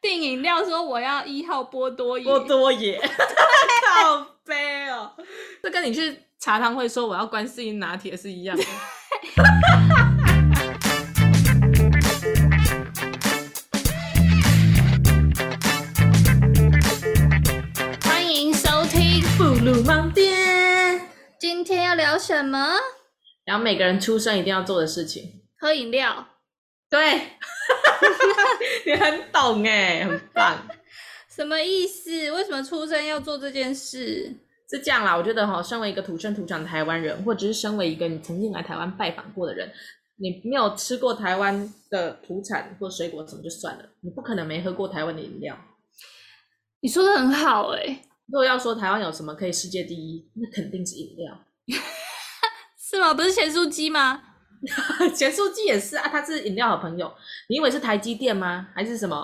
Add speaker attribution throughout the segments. Speaker 1: 订饮料说我要一号波多野，
Speaker 2: 波多野，靠背哦，
Speaker 3: 这跟你去茶汤会说我要关世音拿铁是一样的。
Speaker 1: 欢迎收听。
Speaker 2: 布鲁盲店。
Speaker 1: 今天要聊什么？
Speaker 3: 然后每个人出生一定要做的事情，
Speaker 1: 喝饮料。
Speaker 3: 对，
Speaker 2: 你很懂哎、
Speaker 3: 欸
Speaker 2: 很棒。
Speaker 1: 什么意思？为什么出生要做这件事？
Speaker 3: 是这样啦。我觉得哈、身为一个土生土长的台湾人，或者是身为一个你曾经来台湾拜访过的人，你没有吃过台湾的土产或水果什么就算了，你不可能没喝过台湾的饮料。
Speaker 1: 你说的很好哎、
Speaker 3: 如果要说台湾有什么可以世界第一，那肯定是饮料。
Speaker 1: 是吗？不是咸酥鸡吗？
Speaker 3: 钱书记也是啊，他是饮料好朋友。你以为是台积电吗？还是什么？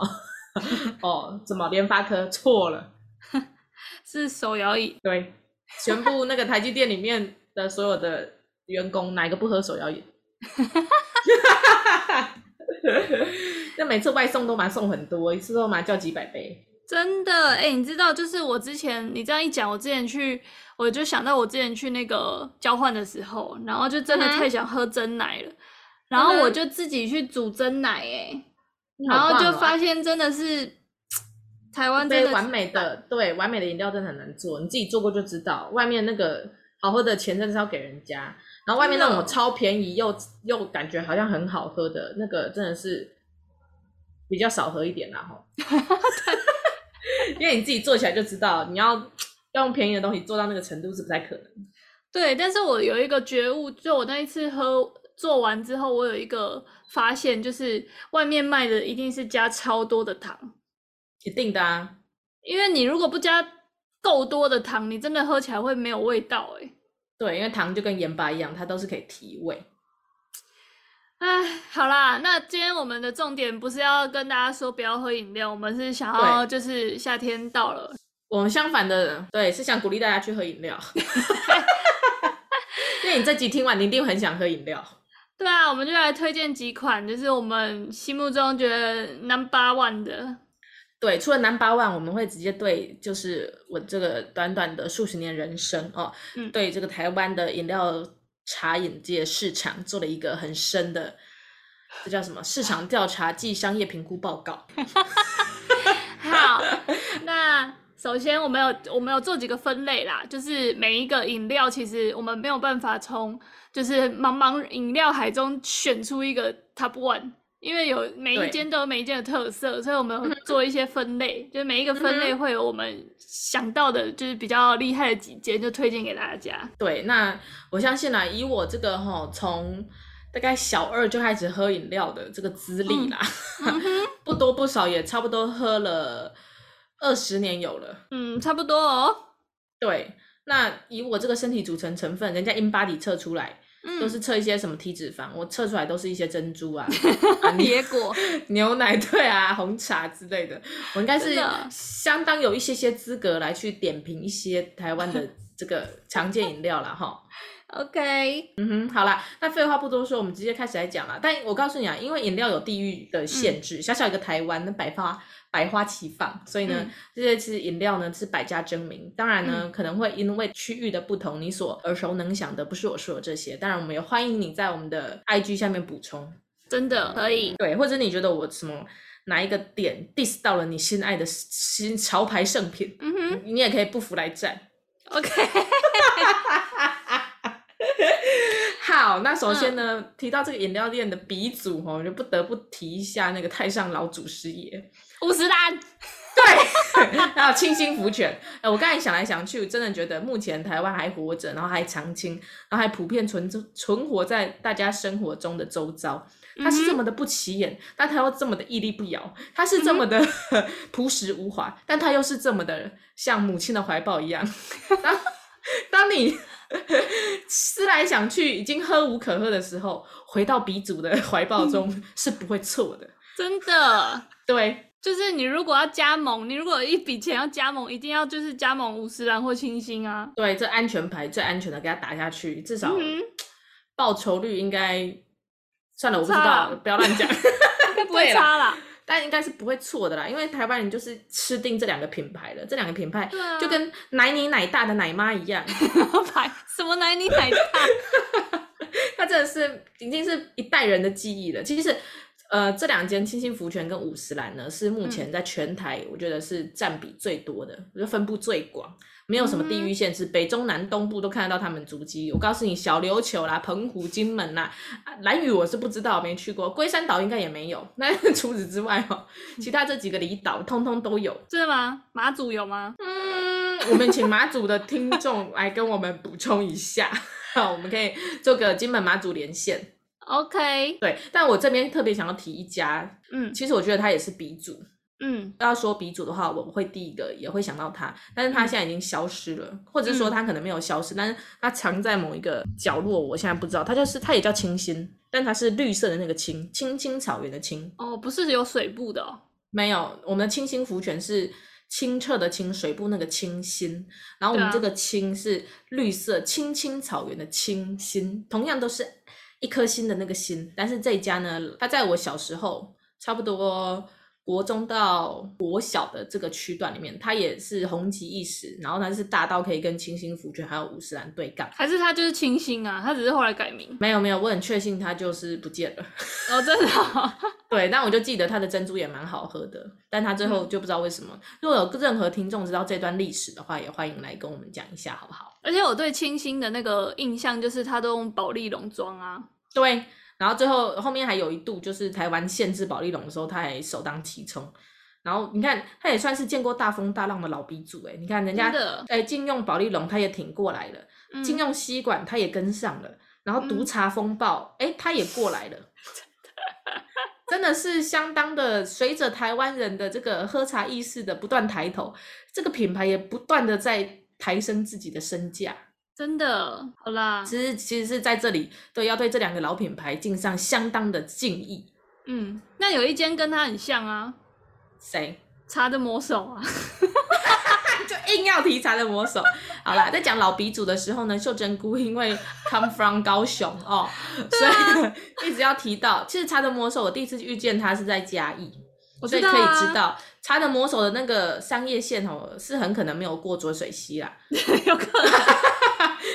Speaker 3: 哦，怎么联发科错了？
Speaker 1: 是手摇饮。
Speaker 3: 对，全部那个台积电里面的所有的员工，哪一个不喝手摇饮？ 那每次外送都蛮送很多，一次都蛮叫几百杯。
Speaker 1: 真的，哎、你知道，就是我之前你这样一讲，我之前去，我就想到我之前去那个交换的时候，然后就真的
Speaker 3: 嗯哼
Speaker 1: 太想喝真奶了，然后
Speaker 3: 嗯哼
Speaker 1: 我就自己去煮真奶、哎、
Speaker 3: 你
Speaker 1: 然
Speaker 3: 好
Speaker 1: 后
Speaker 3: 棒
Speaker 1: 就
Speaker 3: 哦
Speaker 1: 发现真的是台湾
Speaker 3: 一
Speaker 1: 真
Speaker 3: 杯
Speaker 1: 的
Speaker 3: 完
Speaker 1: 是
Speaker 3: 美的，对完美的饮料真的很难做，你自己做过就知道。外面那个好喝的钱真的是要给人家，然后外面
Speaker 1: 真
Speaker 3: 那
Speaker 1: 的
Speaker 3: 种超便宜又又感觉好像很好喝的那个，真的是比较少喝一点啦吼。 因为你自己做起来就知道，你要要用便宜的东西做到那个程度是不太可能。
Speaker 1: 对，但是我有一个觉悟，就我那一次喝做完之后，我有一个发现，就是外面卖的一定是加超多的糖，
Speaker 3: 一定的啊，
Speaker 1: 因为你如果不加够多的糖，你真的喝起来会没有味道、 哎。
Speaker 3: 对，因为糖就跟盐巴一样，它都是可以提味。
Speaker 1: 哎，好啦，那今天我们的重点不是要跟大家说不要喝饮料，我们是想要就是夏天到了，
Speaker 3: 我们相反的，对，是想鼓励大家去喝饮料。因为你这集听完，你一定很想喝饮料。
Speaker 1: 对啊，我们就来推荐几款，就是我们心目中觉得 number one 的，
Speaker 3: 对，除了 number one，我们会直接对，就是我这个短短的数十年人生哦，
Speaker 1: 嗯
Speaker 3: 对这个台湾的饮料茶饮界市场做了一个很深的，这叫什么市场调查暨商业评估报告。
Speaker 1: 好， 那首先我们有我们有做几个分类啦，就是每一个饮料其实我们没有办法从就是茫茫饮料海中选出一个 top one，因为有每一
Speaker 3: 对
Speaker 1: 间都有每一间的特色，所以我们有做一些分类，就是每一个分类会有我们想到的，就是比较厉害的几间就推荐给大家。
Speaker 3: 对，那我相信啦，以我这个哈、从大概小二就开始喝饮料的这个资历啦，
Speaker 1: 嗯
Speaker 3: 不多不少也差不多喝了二十年有了。
Speaker 1: 嗯，差不多哦。
Speaker 3: 对，那以我这个身体组成成分，人家 in body 测出来
Speaker 1: 嗯，
Speaker 3: 都是测一些什么体脂肪，我测出来都是一些珍珠 啊、
Speaker 1: 野 果，
Speaker 3: 牛奶对啊、红茶之类的。我应该是
Speaker 1: 真的
Speaker 3: 相当有一些些资格来去点评一些台 湾的这个常见饮料啦。哈。
Speaker 1: OK，
Speaker 3: 嗯哼，好啦，那废话不多说，我们直接开始来讲啦。但我告诉你啊，因为饮料有地
Speaker 1: 嗯
Speaker 3: 域的限制，小小一个台湾，那百花百花齐放，所以呢，
Speaker 1: 嗯
Speaker 3: 这些其实饮料呢是百家争鸣。当然呢，可能会因为区域的不同，你所耳熟能详的不是我说的这些。当然，我们也欢迎你在我们的 IG 下面补充，
Speaker 1: 真的可以。
Speaker 3: 对，或者你觉得我什么哪一个点 diss 到了你心爱的新潮牌圣品，
Speaker 1: 嗯哼
Speaker 3: 你也可以不服来战。
Speaker 1: ，OK，
Speaker 3: 好，那首先呢，提到这个饮料店的鼻祖哦，我就不得不提一下那个太上老祖师爷，
Speaker 1: 五十单。
Speaker 3: 还有清心福犬。哎，我刚才想来想去，真的觉得目前台湾还活着，然后还长青，然后还普遍存存活在大家生活中的周遭，它是这么的不起眼，但它又这么的屹立不摇，它是这么的、 朴实无华，但它又是这么的像母亲的怀抱一样。 当当你 思来想去，已经喝无可喝的时候，回到鼻祖的怀抱中是不会错的。
Speaker 1: 真的，
Speaker 3: 对
Speaker 1: 就是你如果要加盟，你如果有一笔钱要加盟，一定要就是加盟五十岚或清新啊。
Speaker 3: 对，这安全牌最安全的给它打下去，至少
Speaker 1: 嗯
Speaker 3: 报酬率应该算了，我不知
Speaker 1: 差
Speaker 3: 道，不要乱讲。
Speaker 1: 应该不会
Speaker 3: 对啦
Speaker 1: 差啦。
Speaker 3: 但应该是不会错的啦，因为台湾人就是吃定这两个品牌了，这两个品牌
Speaker 1: 对啊，
Speaker 3: 就跟奶你奶大的奶妈一样，
Speaker 1: 白 什么奶你奶大，
Speaker 3: 它真的是已经是一代人的记忆了。其实，呃，这两间清新福泉跟五十岚呢，是目前在全台我觉得是占比最多的，就分布最广，没有什么地域限制，北中南东部都看得到他们足迹。我告诉你，小琉球啦、澎湖、金门啦、啊兰屿我是不知道，没去过，龟山岛应该也没有。那 除此之外哦，其他这几个离岛通通都有。
Speaker 1: 真的吗？马祖有吗？
Speaker 3: 嗯，我们请马祖的听众来跟我们补充一下， 我们可以做个金门马祖连线。
Speaker 1: OK，
Speaker 3: 对，但我这边特别想要提一家，
Speaker 1: 嗯
Speaker 3: 其实我觉得他也是鼻祖。
Speaker 1: 嗯
Speaker 3: 要说鼻祖的话，我会第一个也会想到他，但是他现在已经消失了，或者是说他可能没有消失，但是他藏在某一个角落，我现在不知道。他就是他也叫清新，但他是绿色的那个青，青青草原的青，
Speaker 1: 哦，不是有水部的哦，
Speaker 3: 没有，我们的清新福泉是。清澈的清，水部那个清新，然后我
Speaker 1: 对啊
Speaker 3: 们这个清是绿色青青草原的清新，同样都是一颗心的那个心，但是这一家呢，它在我小时候差不多国中到国小的这个区段里面，它也是红极一时，然后它是大到可以跟清新福泉还有五十岚对杠。
Speaker 1: 还是他就是清新啊？他只是后来改名
Speaker 3: 没有没有，我很确信它就是不见了。
Speaker 1: 哦，真的哦、
Speaker 3: 对，但我就记得它的珍珠也蛮好喝的，但它最后
Speaker 1: 嗯
Speaker 3: 就不知道为什么。如果有任何听众知道这段历史的话，也欢迎来跟我们讲一下，好不好？
Speaker 1: 而且我对清新的那个印象就是他都用保利龙装啊，
Speaker 3: 对，然后最后后面还有一度就是台湾限制保利龙的时候，他还首当其冲。然后你看，他也算是见过大风大浪的老鼻祖哎，你看人
Speaker 1: 真
Speaker 3: 家
Speaker 1: 的，
Speaker 3: 哎禁用保利龙，他也挺过来了；
Speaker 1: 嗯
Speaker 3: 禁用吸管，他也跟上了；然后毒
Speaker 1: 嗯
Speaker 3: 茶风暴，哎、他也过 来了。真的是相当的，随着台湾人的这个喝茶意识的不断抬头，这个品牌也不断的在抬升自己的身价。
Speaker 1: 真的，好啦，
Speaker 3: 其实其实是在这里，对，要对这两个老品牌敬上相当的敬意。
Speaker 1: 嗯，那有一间跟他很像啊，
Speaker 3: 谁？
Speaker 1: 茶的魔手啊，
Speaker 3: 就硬要提茶的魔手。 好啦，在讲老鼻祖的时候呢，秀珍菇因为 come from 高雄哦，
Speaker 1: 啊
Speaker 3: 所以一直要提到。其实茶的魔手，我第一次遇见他是在嘉义，
Speaker 1: 我
Speaker 3: 所
Speaker 1: 知
Speaker 3: 以
Speaker 1: 道、啊、
Speaker 3: 可以知道茶的魔手的那个商业线哦，是很可能没有过浊水溪啦。
Speaker 1: 有可能，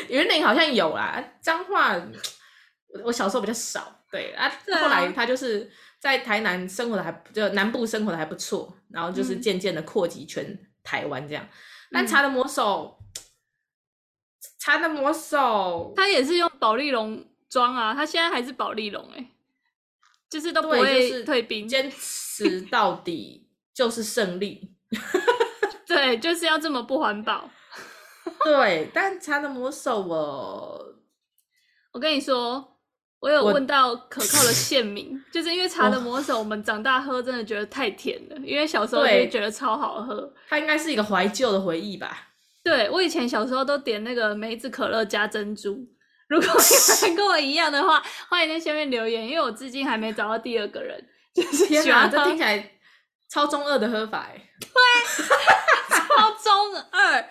Speaker 3: 云林好像有啦，彰化我我小时候比较少，对啊，
Speaker 1: 对啊
Speaker 3: 后来他就是在台南生活的还就南部生活的还不错，然后就是
Speaker 1: 嗯
Speaker 3: 渐渐的扩及全台湾这样。
Speaker 1: 嗯
Speaker 3: 但茶的魔手，茶的魔手，
Speaker 1: 他也是用保利龙装啊，他现在还是保利龙哎、就是都不
Speaker 3: 对就
Speaker 1: 会
Speaker 3: 是
Speaker 1: 退兵，
Speaker 3: 坚持到底就是胜利。
Speaker 1: 对，就是要这么不环保。
Speaker 3: 对，但茶的魔手我
Speaker 1: 我跟你说，我有
Speaker 3: 我哦
Speaker 1: 问到可靠的县民，就是因为茶的魔手，我们长大喝真的觉得太甜了，因为小时候就
Speaker 3: 对
Speaker 1: 觉得超好喝。
Speaker 3: 它应该是一个怀旧的回忆吧。
Speaker 1: 对我以前小时候都点那个梅子可乐加珍珠。如果有人跟我一样的话，欢迎在下面留言，因为我至今还没找到第二个人，就是
Speaker 3: 天
Speaker 1: 喜
Speaker 3: 哪，
Speaker 1: 欢
Speaker 3: 这
Speaker 1: 喝
Speaker 3: 听起来超中二的喝法哎。
Speaker 1: 超中二。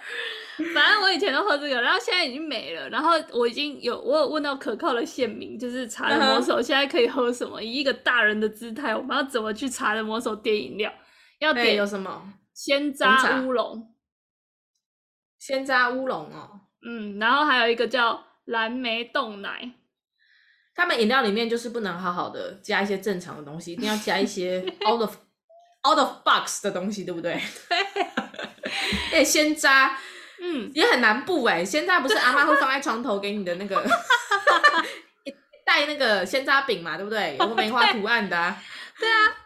Speaker 1: 反正我以前都喝这个，然后现在已经没了。然后我已经有我有问到可靠的县民，就是茶的魔手现在可以喝什么？以一个大人的姿态，我们要怎么去茶的魔手点饮料？要
Speaker 3: 对，有
Speaker 1: 点
Speaker 3: 什么？
Speaker 1: 鲜
Speaker 3: 红
Speaker 1: 榨
Speaker 3: 茶
Speaker 1: 乌啊龙，
Speaker 3: 鲜榨乌龙哦，
Speaker 1: 嗯，然后还有一个叫蓝莓冻奶，
Speaker 3: 他们饮料里面就是不能好好的加一些正常的东西，一定要加一些 out of out of box 的东西，对不对？对。哎，鲜榨
Speaker 1: 嗯，
Speaker 3: 也很难不哎、鲜榨不是阿妈会放在床头给你的那个 一袋那个鲜榨饼嘛，对不对？有个梅花图案的、啊，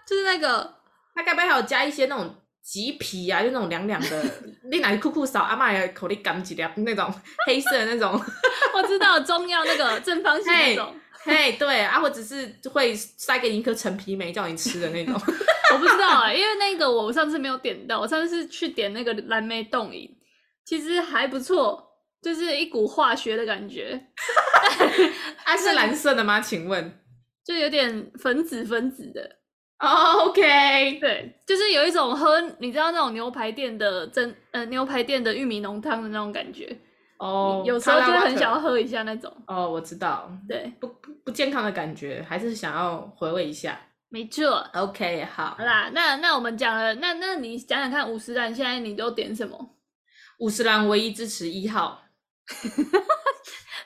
Speaker 1: 就是那个
Speaker 3: 它该不会还有加一些那种麂皮啊，就那种凉凉的，你拿去酷酷扫阿妈也口里干几粒那种黑色的那种。
Speaker 1: 我知道中药那个正方形那种，
Speaker 3: 嘿，对啊，我只是会塞给你一颗陈皮梅叫你吃的那种。
Speaker 1: 我不知道哎、因为那个我上次没有点到，我上次是去点那个蓝莓冻饮，其实还不错，就是一股化学的感觉，
Speaker 3: 它、啊是蓝色的吗？请问？
Speaker 1: 就有点粉紫粉紫的，
Speaker 3: 哦、o k
Speaker 1: 对，就是有一种喝你知道那种牛排店的真呃牛排店的玉米浓汤的那种感觉，
Speaker 3: 哦、
Speaker 1: 有时候就会很想要
Speaker 3: 小。
Speaker 1: 喝一下那种，
Speaker 3: 哦，我知道，
Speaker 1: 对，
Speaker 3: 不不不健康的感觉，还是想要回味一下。
Speaker 1: 没错。
Speaker 3: OK，好
Speaker 1: 好，啦，那那我们讲了，那那你讲讲看，五十岚现在你都点什么？
Speaker 3: 五十岚唯一支持一号，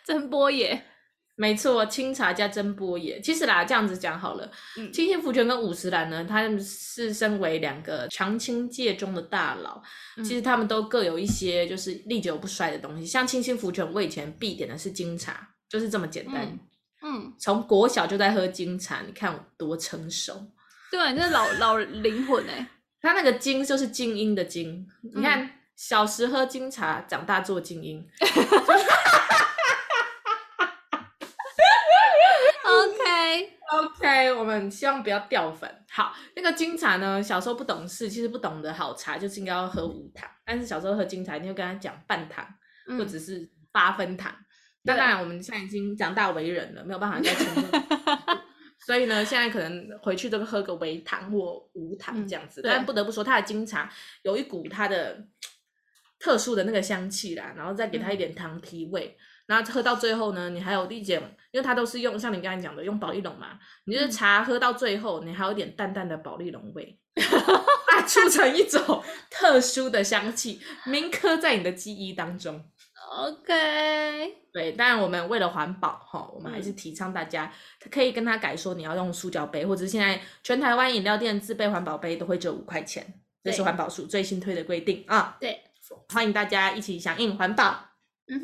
Speaker 1: 真波野，
Speaker 3: 没错，清茶加真波野。其实啦，这样子讲好了，
Speaker 1: 嗯
Speaker 3: 清新福泉跟五十岚呢，他们是身为两个长青界中的大佬，
Speaker 1: 嗯
Speaker 3: 其实他们都各有一些就是历久不衰的东西。像清新福泉，我以前必点的是金茶，就是这么简单。
Speaker 1: 嗯嗯，
Speaker 3: 从国小就在喝金茶，你看我多成熟。
Speaker 1: 对啊，你这老老灵魂哎、
Speaker 3: 他那个精就是精英的精，你看、小时喝金茶，长大做精英。
Speaker 1: OK，
Speaker 3: OK，我们希望不要掉粉。好，那个金茶呢，小时候不懂事，其实不懂得好茶就是应该要喝无糖，但是小时候喝金茶，你就跟他讲半糖
Speaker 1: 嗯
Speaker 3: 或者是八分糖。那
Speaker 1: 对
Speaker 3: 当然，我们现在已经长大为人了，没有办法再承 认。所以呢，现在可能回去都喝个微糖或无糖
Speaker 1: 嗯
Speaker 3: 这样子，
Speaker 1: 对
Speaker 3: 但不得不说，它的金茶有一股它的特殊的那个香气啦，然后再给
Speaker 1: 嗯
Speaker 3: 它一点糖提味，然后喝到最后呢，你还有一点，因为它都是用像你刚才讲的用保利龙嘛，你就是
Speaker 1: 嗯
Speaker 3: 茶喝到最后，你还有一点淡淡的保利龙味，啊，促成一种 特殊的香气，铭刻在你的记忆当中。
Speaker 1: OK，
Speaker 3: 对，当然我们为了环保哈，我们还
Speaker 1: 嗯
Speaker 3: 是提倡大家可以跟他改说你要用塑胶杯，或者是现在全台湾饮料店自备环保杯都会折五块钱，这是
Speaker 1: 对
Speaker 3: 环保署最新推的规定啊，
Speaker 1: 对，
Speaker 3: 欢迎大家一起响应环保。
Speaker 1: 嗯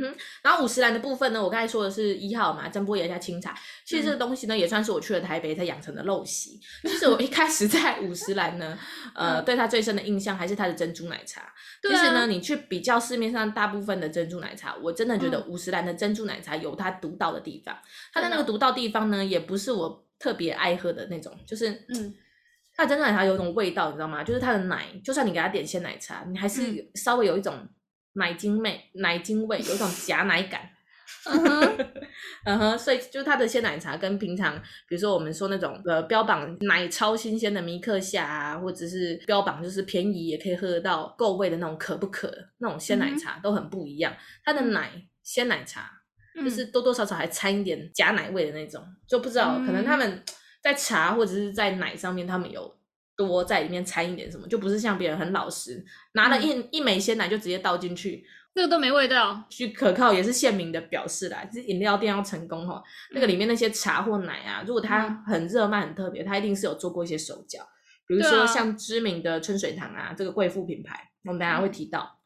Speaker 1: 哼，
Speaker 3: 然后五十岚的部分呢，我刚才说的是一号嘛，真波野加清茶。
Speaker 1: 嗯
Speaker 3: 其实这个东西呢，也算是我去了台北才养成的陋习。就是我一开始在五十岚呢，呃，对它最深的印象还是它的珍珠奶茶。
Speaker 1: 嗯对
Speaker 3: 其
Speaker 1: 啊
Speaker 3: 实呢，你去比较市面上大部分的珍珠奶茶，我真的觉得五十岚的珍珠奶茶有它独到的地方。它的那个独到地方呢，也不是我特别爱喝的那种，就是
Speaker 1: 嗯，
Speaker 3: 它的珍珠奶茶有一种味道，你知道吗？就是它的奶，就算你给它点鲜奶茶，你还是
Speaker 1: 嗯
Speaker 3: 稍微有一种奶精味，奶精味，有一种夹奶感。
Speaker 1: 嗯哼，
Speaker 3: 嗯哼，所以就是它的鲜奶茶跟平常，比如说我们说那种呃标榜奶超新鲜的米克夏啊，或者是标榜就是便宜也可以喝得到够味的那种可不可那种
Speaker 1: 嗯
Speaker 3: 鲜奶茶都很不一样。它的奶鲜奶茶就
Speaker 1: 嗯
Speaker 3: 是多多少少还掺一点假奶味的那种，就不知道可能
Speaker 1: 嗯
Speaker 3: 他们在茶或者是在奶上面他们有。多在里面掺一点什么，就不是像别人很老实，拿了
Speaker 1: 嗯
Speaker 3: 一、一枚鲜奶就直接倒进去，
Speaker 1: 这个都没味道，
Speaker 3: 据可靠也是县民的表示啦，就是饮料店要成功哈、那个里面那些茶或奶啊，如果它
Speaker 1: 嗯
Speaker 3: 很热卖、很特别，它一定是有做过一些手脚，比如
Speaker 1: 对
Speaker 3: 说
Speaker 1: 啊
Speaker 3: 像知名的春水堂啊，这个贵妇品牌，我们等一下
Speaker 1: 嗯
Speaker 3: 会提到。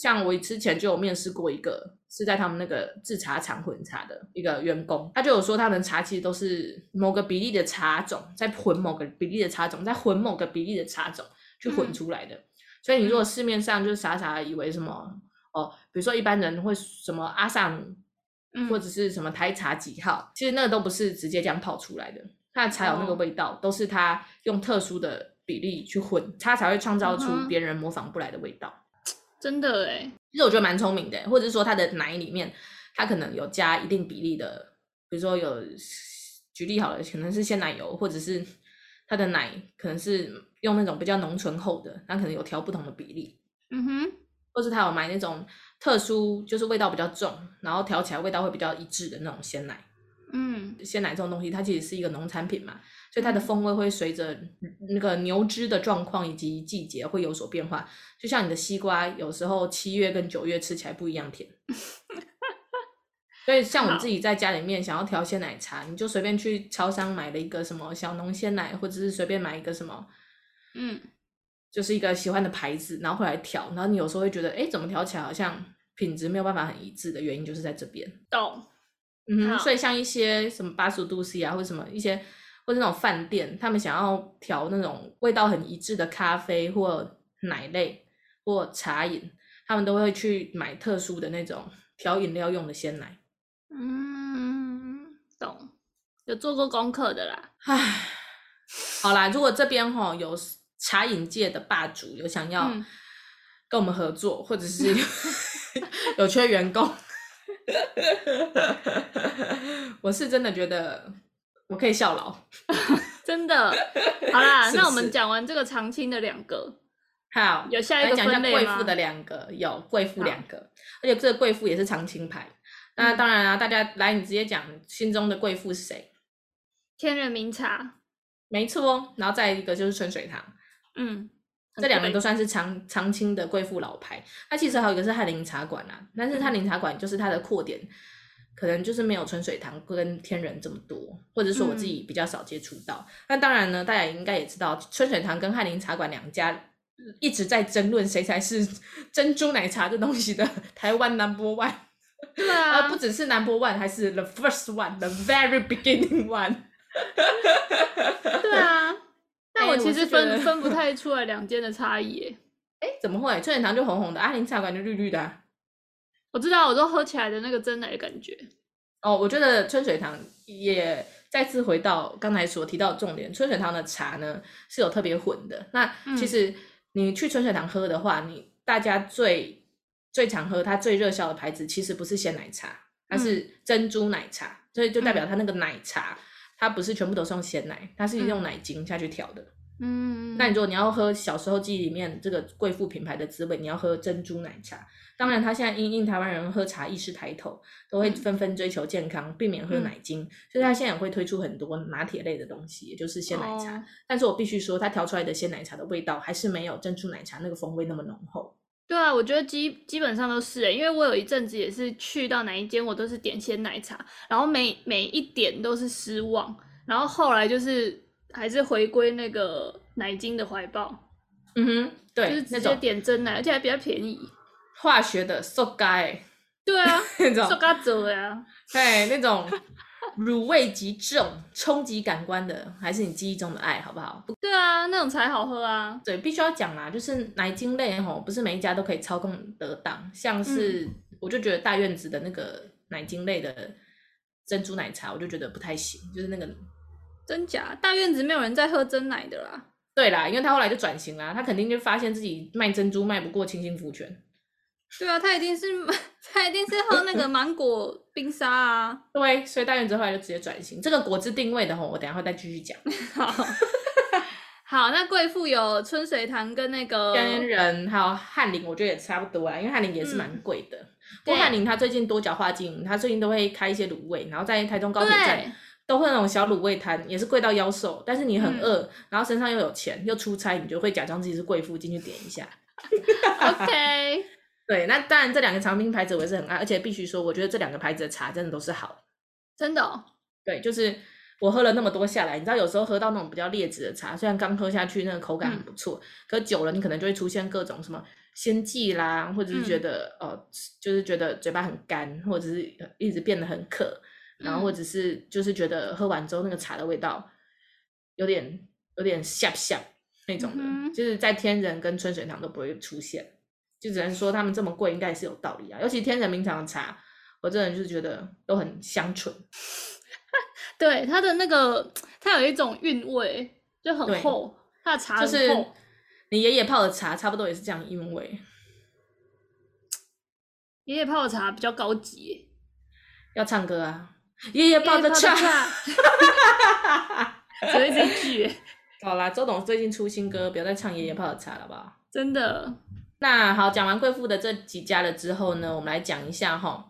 Speaker 3: 像我之前就有面试过一个是在他们那个制茶厂混茶的一个员工，他就有说他们的茶其实都是某个比例的茶种，在混某个比例的茶种，在混某个比例的茶种去混
Speaker 1: 嗯
Speaker 3: 出来的。所以你如果市面上就是傻傻地以为什么哦，比如说一般人会什么阿萨姆
Speaker 1: 嗯，
Speaker 3: 或者是什么台茶几号，其实那个都不是直接这样泡出来的，它的茶有那个
Speaker 1: 哦
Speaker 3: 味道，都是它用特殊的比例去混，它才会创造出
Speaker 1: 嗯哼
Speaker 3: 别人模仿不来的味道。
Speaker 1: 真的哎、
Speaker 3: 其实我觉得蛮聪明的，欸或者是说它的奶里面，它可能有加一定比例的，比如说有举例好了，可能是鲜奶油，或者是它的奶可能是用那种比较浓醇厚的，那可能有调不同的比例。
Speaker 1: 嗯哼，
Speaker 3: 或是他有买那种特殊，就是味道比较重，然后调起来味道会比较一致的那种鲜奶。
Speaker 1: 嗯
Speaker 3: 鲜奶这种东西，它其实是一个农产品嘛，所以它的风味会随着那个牛只的状况以及季节会有所变化。就像你的西瓜，有时候七月跟九月吃起来不一样甜。所以，像我们自己在家里面想要调鲜奶茶，你就随便去超商买了一个什么小农鲜奶，或者是随便买一个什么
Speaker 1: 嗯，
Speaker 3: 就是一个喜欢的牌子，然后会来调，然后你有时候会觉得，哎，怎么调起来好像品质没有办法很一致的原因就是在这边。
Speaker 1: 懂，
Speaker 3: 嗯哼，
Speaker 1: 好
Speaker 3: 所以像一些什么八十五度 C 啊，或者什么一些，或者那种饭店，他们想要调那种味道很一致的咖啡或奶类或茶饮，他们都会去买特殊的那种调饮料用的鲜奶。
Speaker 1: 嗯，懂，有做过功课的啦，
Speaker 3: 唉，好啦，如果这边哈、有茶饮界的霸主有想要
Speaker 1: 嗯
Speaker 3: 跟我们合作，或者是 有缺员工，我是真的觉得我可以效劳。
Speaker 1: 真的，好啦，
Speaker 3: 是不
Speaker 1: 那我们
Speaker 3: 是
Speaker 1: 讲完这个常青的两个，
Speaker 3: 好，
Speaker 1: 有下一个
Speaker 3: 来讲
Speaker 1: 分
Speaker 3: 一下
Speaker 1: 类
Speaker 3: 贵
Speaker 1: 吗
Speaker 3: 妇的两个，有贵妇
Speaker 1: 好
Speaker 3: 两个，而且这个贵妇也是常青牌。那
Speaker 1: 嗯
Speaker 3: 当然啊，大家来，你直接讲心中的贵妇是谁？
Speaker 1: 天人茗茶，
Speaker 3: 没错哦。然后再一个就是春水堂，
Speaker 1: 嗯，
Speaker 3: 这两个
Speaker 1: 很
Speaker 3: 都算是常常青的贵妇老牌。那其实还有一个是翰林茶馆啊，但是翰林茶馆就是它的扩点，可能就是没有春水堂跟天人这么多，或者说我自己比较少接触到。那当然呢，大家也应该也知道，春水堂跟翰林茶馆两家。一直在争论谁才是珍珠奶茶这东西的 台湾 number one，
Speaker 1: 贵对啊，
Speaker 3: 呃，不只是 number one，还是 the first one，the very beginning one。
Speaker 1: 对啊，但
Speaker 3: 哎
Speaker 1: 我
Speaker 3: 我
Speaker 1: 其
Speaker 3: 是
Speaker 1: 实
Speaker 3: 觉
Speaker 1: 分、
Speaker 3: 得
Speaker 1: 分不太出来两间的差异欸耶。
Speaker 3: 哎，怎么会？春水堂就红红的，阿林茶馆就绿绿的、啊。
Speaker 1: 我知道，我都喝起来的那个真奶的感觉。
Speaker 3: 哦，我觉得春水堂也再次回到刚才所提到的重点，春水堂的茶呢是有特别混的。那其实你去春水堂喝的话，你大家最最常喝它最热销的牌子，其实不是鲜奶茶，它是珍珠奶茶，所以就代表它那个奶茶，它不是全部都是用鲜奶，它是用奶精下去调的。
Speaker 1: 嗯，
Speaker 3: 那你如果你要喝小时候记忆里面这个贵妇品牌的滋味，你要喝珍珠奶茶。当然，它现在因应台湾人喝茶意识抬头，都会
Speaker 1: 嗯
Speaker 3: 纷纷追求健康，避免喝奶精，所以它现在也会推出很多拿铁类的东西，也就是鲜奶茶。
Speaker 1: 哦
Speaker 3: 但是我必须说，它调出来的鲜奶茶的味道还是没有珍珠奶茶那个风味那么浓厚。
Speaker 1: 对啊，我觉得基基本上都是欸耶，因为我有一阵子也是去到哪一间，我都是点鲜奶茶，然后每每一点都是失望，然后后来就是还是回归那个奶精的怀抱，
Speaker 3: 嗯哼，
Speaker 1: 就
Speaker 3: 对，
Speaker 1: 是直
Speaker 3: 那
Speaker 1: 接
Speaker 3: 种
Speaker 1: 点真奶，而且还比较便宜。
Speaker 3: 化学的 so g y
Speaker 1: 对啊，
Speaker 3: 那种
Speaker 1: 受嘎走呀，
Speaker 3: 对，那种 乳味极重、冲击感官的，还是你记忆中的爱，好不好？
Speaker 1: 对啊，那种才好喝啊。
Speaker 3: 对，必须要讲啦，就是奶精类吼，不是每一家都可以操控得当。像是、
Speaker 1: 嗯
Speaker 3: 我就觉得大院子的那个奶精类的珍珠奶茶，我就觉得不太行，就是那个
Speaker 1: 真假？大院子没有人在喝真奶的啦。
Speaker 3: 对啦，因为他后来就转型啦，他肯定就发现自己卖珍珠卖不过清新福泉。
Speaker 1: 对啊，他一定是 他一定是喝那个芒果冰沙啊。
Speaker 3: 对，所以大院子后来就直接转型。这个果汁定位的吼，我等一下会再继续讲。
Speaker 1: 好，好，那贵妇有春水堂跟那个
Speaker 3: 跟人还有翰林，我觉得也差不多啦，因为翰林也是蛮贵的。不过
Speaker 1: 嗯对
Speaker 3: 翰林他最近多角化经营，他最近都会开一些卤味，然后在台中高铁站
Speaker 1: 对，
Speaker 3: 都会有那种小卤味摊，也是贵到妖兽，但是你很
Speaker 1: 嗯
Speaker 3: 饿，然后身上又有钱，又出差，你就会假装自己是贵妇进去点一下。
Speaker 1: OK，
Speaker 3: 对，那当然这两个长冰牌子我也是很爱，而且必须说，我觉得这两个牌子的茶真的都是好。
Speaker 1: 真的、哦，
Speaker 3: 对，就是我喝了那么多下来，你知道有时候喝到那种比较劣质的茶，虽然刚喝下去那个口感很
Speaker 1: 嗯
Speaker 3: 不错，可久了你可能就会出现各种什么心悸啦，或者是
Speaker 1: 嗯
Speaker 3: 觉得、呃，就是觉得嘴巴很干，或者是呃一直变得很渴，
Speaker 1: 嗯
Speaker 3: 然后或者是就是觉得喝完之后那个茶的味道有点有点下下那种的，
Speaker 1: 嗯哼
Speaker 3: 就是在天人跟春水堂都不会出现，就只能说他们这么贵应该也是有道理啊，尤其天人名厂的茶。我这人就是觉得都很香醇，
Speaker 1: 对它的那个，它有一种韵味，就很
Speaker 3: 对
Speaker 1: 厚，它的茶
Speaker 3: 就
Speaker 1: 很厚，
Speaker 3: 是你爷爷泡的茶，差不多也是这样，因为
Speaker 1: 爷爷泡的茶比较高级耶。
Speaker 3: 要唱歌啊，爷爷泡的茶。
Speaker 1: 爷爷只会这一句耶，
Speaker 3: 好啦，周董最近出新歌，不要再唱爷爷泡的茶了，好不好？
Speaker 1: 真的，
Speaker 3: 那好，讲完贵妇的这几家了之后呢，我们来讲一下哈。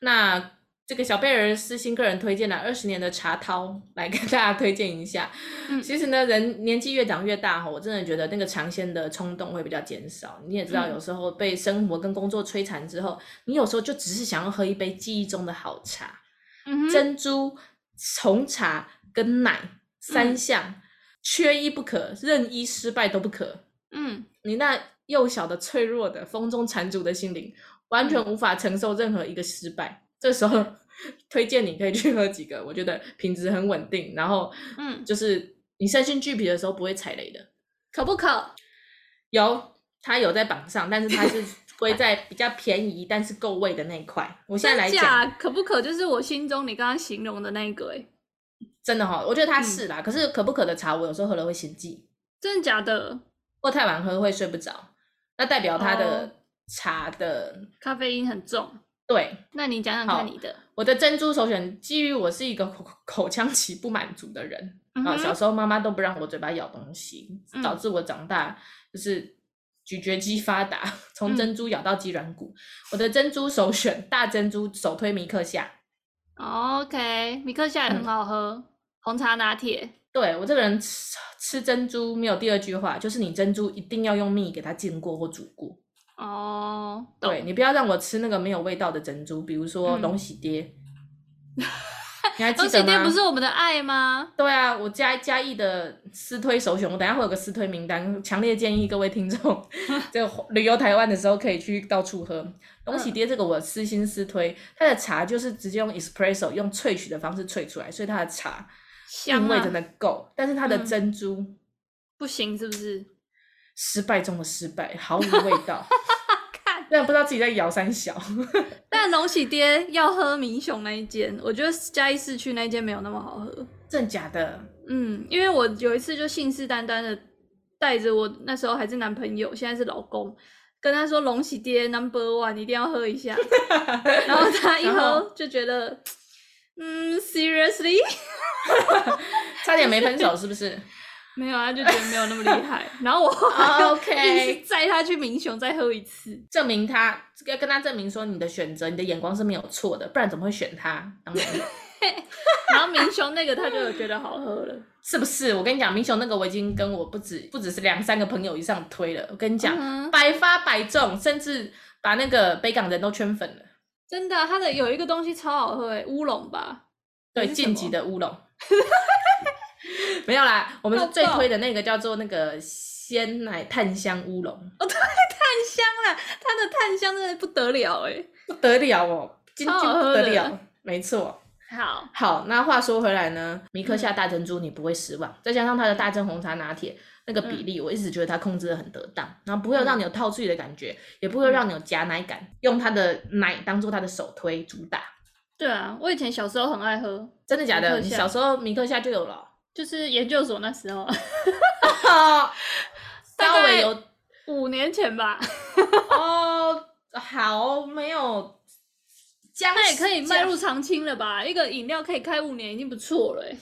Speaker 3: 那这个小贝儿私心个人推荐了二十年的茶涛，来跟大家推荐一下。
Speaker 1: 嗯
Speaker 3: 其实呢，人年纪越长越大哈，我真的觉得那个尝鲜的冲动会比较减少。你也知道，
Speaker 1: 嗯
Speaker 3: 有时候被生活跟工作摧残之后，你有时候就只是想要喝一杯记忆中的好茶。
Speaker 1: 嗯哼，
Speaker 3: 珍珠、红茶跟奶三项、缺一不可，任一失败都不可。
Speaker 1: 嗯，
Speaker 3: 你那幼小的、脆弱的、风中残烛的心灵，完全
Speaker 1: 嗯
Speaker 3: 无法承受任何一个失败。这时候，推荐你可以去喝几个，我觉得品质很稳定，然后，
Speaker 1: 嗯
Speaker 3: 就是你身心俱疲的时候不会踩雷的。
Speaker 1: 可不可？
Speaker 3: 有，它有在榜上，但是 它是归在比较便宜但是够味的那一块。我现在来
Speaker 1: 真
Speaker 3: 讲，
Speaker 1: 假可不可就是我心中你刚刚形容的那个，哎，
Speaker 3: 真的哈、我觉得它
Speaker 1: 嗯
Speaker 3: 是啦。可是可不可的茶，我有时候喝了会心悸，
Speaker 1: 真的假的？
Speaker 3: 或太晚喝会睡不着，那代表它
Speaker 1: 哦
Speaker 3: 的茶的、
Speaker 1: 咖啡因很重，
Speaker 3: 对。
Speaker 1: 那你讲讲
Speaker 3: 好
Speaker 1: 看你的，
Speaker 3: 我的珍珠首选基于我是一个口口腔期不满足的人
Speaker 1: 嗯
Speaker 3: 啊、
Speaker 1: 哼
Speaker 3: 小时候妈妈都不让我嘴巴咬东西，
Speaker 1: 嗯
Speaker 3: 导致我长大就是咀嚼肌发达，从
Speaker 1: 嗯
Speaker 3: 珍珠咬到鸡软骨。我的珍珠首选大珍珠首推米克夏，嗯
Speaker 1: OK，米克夏也很好喝，红茶拿铁。
Speaker 3: 对我这个人吃吃珍珠没有第二句话，就是你珍珠一定要用蜜给它浸过或煮过。
Speaker 1: 哦，懂
Speaker 3: 对你不要让我吃那个没有味道的珍珠，比如说
Speaker 1: 嗯
Speaker 3: 龙喜爹， 你还记
Speaker 1: 东
Speaker 3: 得
Speaker 1: 西
Speaker 3: 吗？
Speaker 1: 店不是我们的爱吗？
Speaker 3: 对啊，我嘉嘉义的私推首选，我等一下会有个私推名单，强烈建议各位 听众，就旅游台湾的时候可以去到处喝。龙
Speaker 1: 嗯
Speaker 3: 喜爹这个我私心私推，它的茶就是直接用 espresso 用萃取的方式萃出来，所以它的茶
Speaker 1: 香
Speaker 3: 韵味
Speaker 1: 啊
Speaker 3: 真，的够，但是它的
Speaker 1: 嗯
Speaker 3: 珍珠
Speaker 1: 不行是不是？
Speaker 3: 失败中的失败，毫无味道
Speaker 1: 看。
Speaker 3: 但不知道自己在摇三小，
Speaker 1: 但龙喜爹要喝明雄那一间，我觉得嘉义市区那一间没有那么好喝。
Speaker 3: 真的假的？
Speaker 1: 嗯，因为我有一次就信誓旦旦的带着我那时候还是男朋友，现在是老公，跟他说龙喜爹 number one 一定要喝一 下，然后他一
Speaker 3: 然
Speaker 1: 喝就觉得，嗯，seriously
Speaker 3: 差点没分手是 不是？
Speaker 1: 没有，啊，就觉得没有那么厉 害。然后我后来
Speaker 3: 啊
Speaker 1: 又
Speaker 3: ，OK
Speaker 1: 硬是载他去明雄再喝一次，
Speaker 3: 证明他要跟他证明说你的选择，你的眼光是没有错的，不然怎么会选他当男友？
Speaker 1: 然后明雄那个他就有觉得好喝了。
Speaker 3: 是不是？我跟你讲，明雄那个我已经跟我不止不只是两三个朋友以上推了，我跟你讲，
Speaker 1: 嗯哼
Speaker 3: 百发百中，甚至把那个北港人都圈粉了。
Speaker 1: 真的啊、它的有一个东西超好喝诶、乌龙吧？
Speaker 3: 对，
Speaker 1: 是什
Speaker 3: 晋级
Speaker 1: 么
Speaker 3: 的乌龙，没有啦，我们
Speaker 1: 好
Speaker 3: 最
Speaker 1: 爆
Speaker 3: 推的那个叫做那个鲜奶炭香乌龙，
Speaker 1: 炭香啦，它的炭香真的不得了欸诶、
Speaker 3: 不得了哦，今
Speaker 1: 超
Speaker 3: 天
Speaker 1: 好
Speaker 3: 不
Speaker 1: 喝
Speaker 3: 得
Speaker 1: 的
Speaker 3: 了，没错。
Speaker 1: 好，
Speaker 3: 好，那话说回来呢，米克
Speaker 1: 嗯
Speaker 3: 夏大珍珠你不会失望，再加上它的大正红茶拿铁那个
Speaker 1: 嗯
Speaker 3: 比例，我一直觉得它控制的很得当，然后不会有让你有套醉的感觉，也不会
Speaker 1: 嗯
Speaker 3: 让你有夹奶感，用它的奶当做它的首推主打，
Speaker 1: 对啊，我以前小时候很爱喝，
Speaker 3: 真的假的？
Speaker 1: 米克
Speaker 3: 你
Speaker 1: 夏
Speaker 3: 小时候米克夏就有了
Speaker 1: 就是研究所那时候，
Speaker 3: 哦，
Speaker 1: 大
Speaker 3: 稍
Speaker 1: 概
Speaker 3: 微有
Speaker 1: 五年前吧，
Speaker 3: 哦，好没有，姜
Speaker 1: 那也可以迈
Speaker 3: 姜
Speaker 1: 入常青了吧？一个饮料可以开五年已经不错了、欸，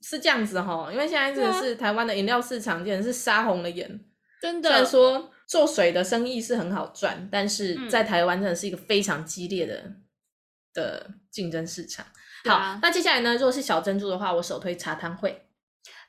Speaker 3: 是这样子哈，因为现在真的
Speaker 1: 对啊
Speaker 3: 是台湾的饮料市场，简直是杀红了眼。
Speaker 1: 真的
Speaker 3: 虽。然说做水的生意是很好赚，但是
Speaker 1: 嗯
Speaker 3: 在台湾真的是一个非常激烈的、的竞争市场。
Speaker 1: 对
Speaker 3: 好，
Speaker 1: 啊
Speaker 3: 那接下来呢？如果是小珍珠的话，我首推茶汤会，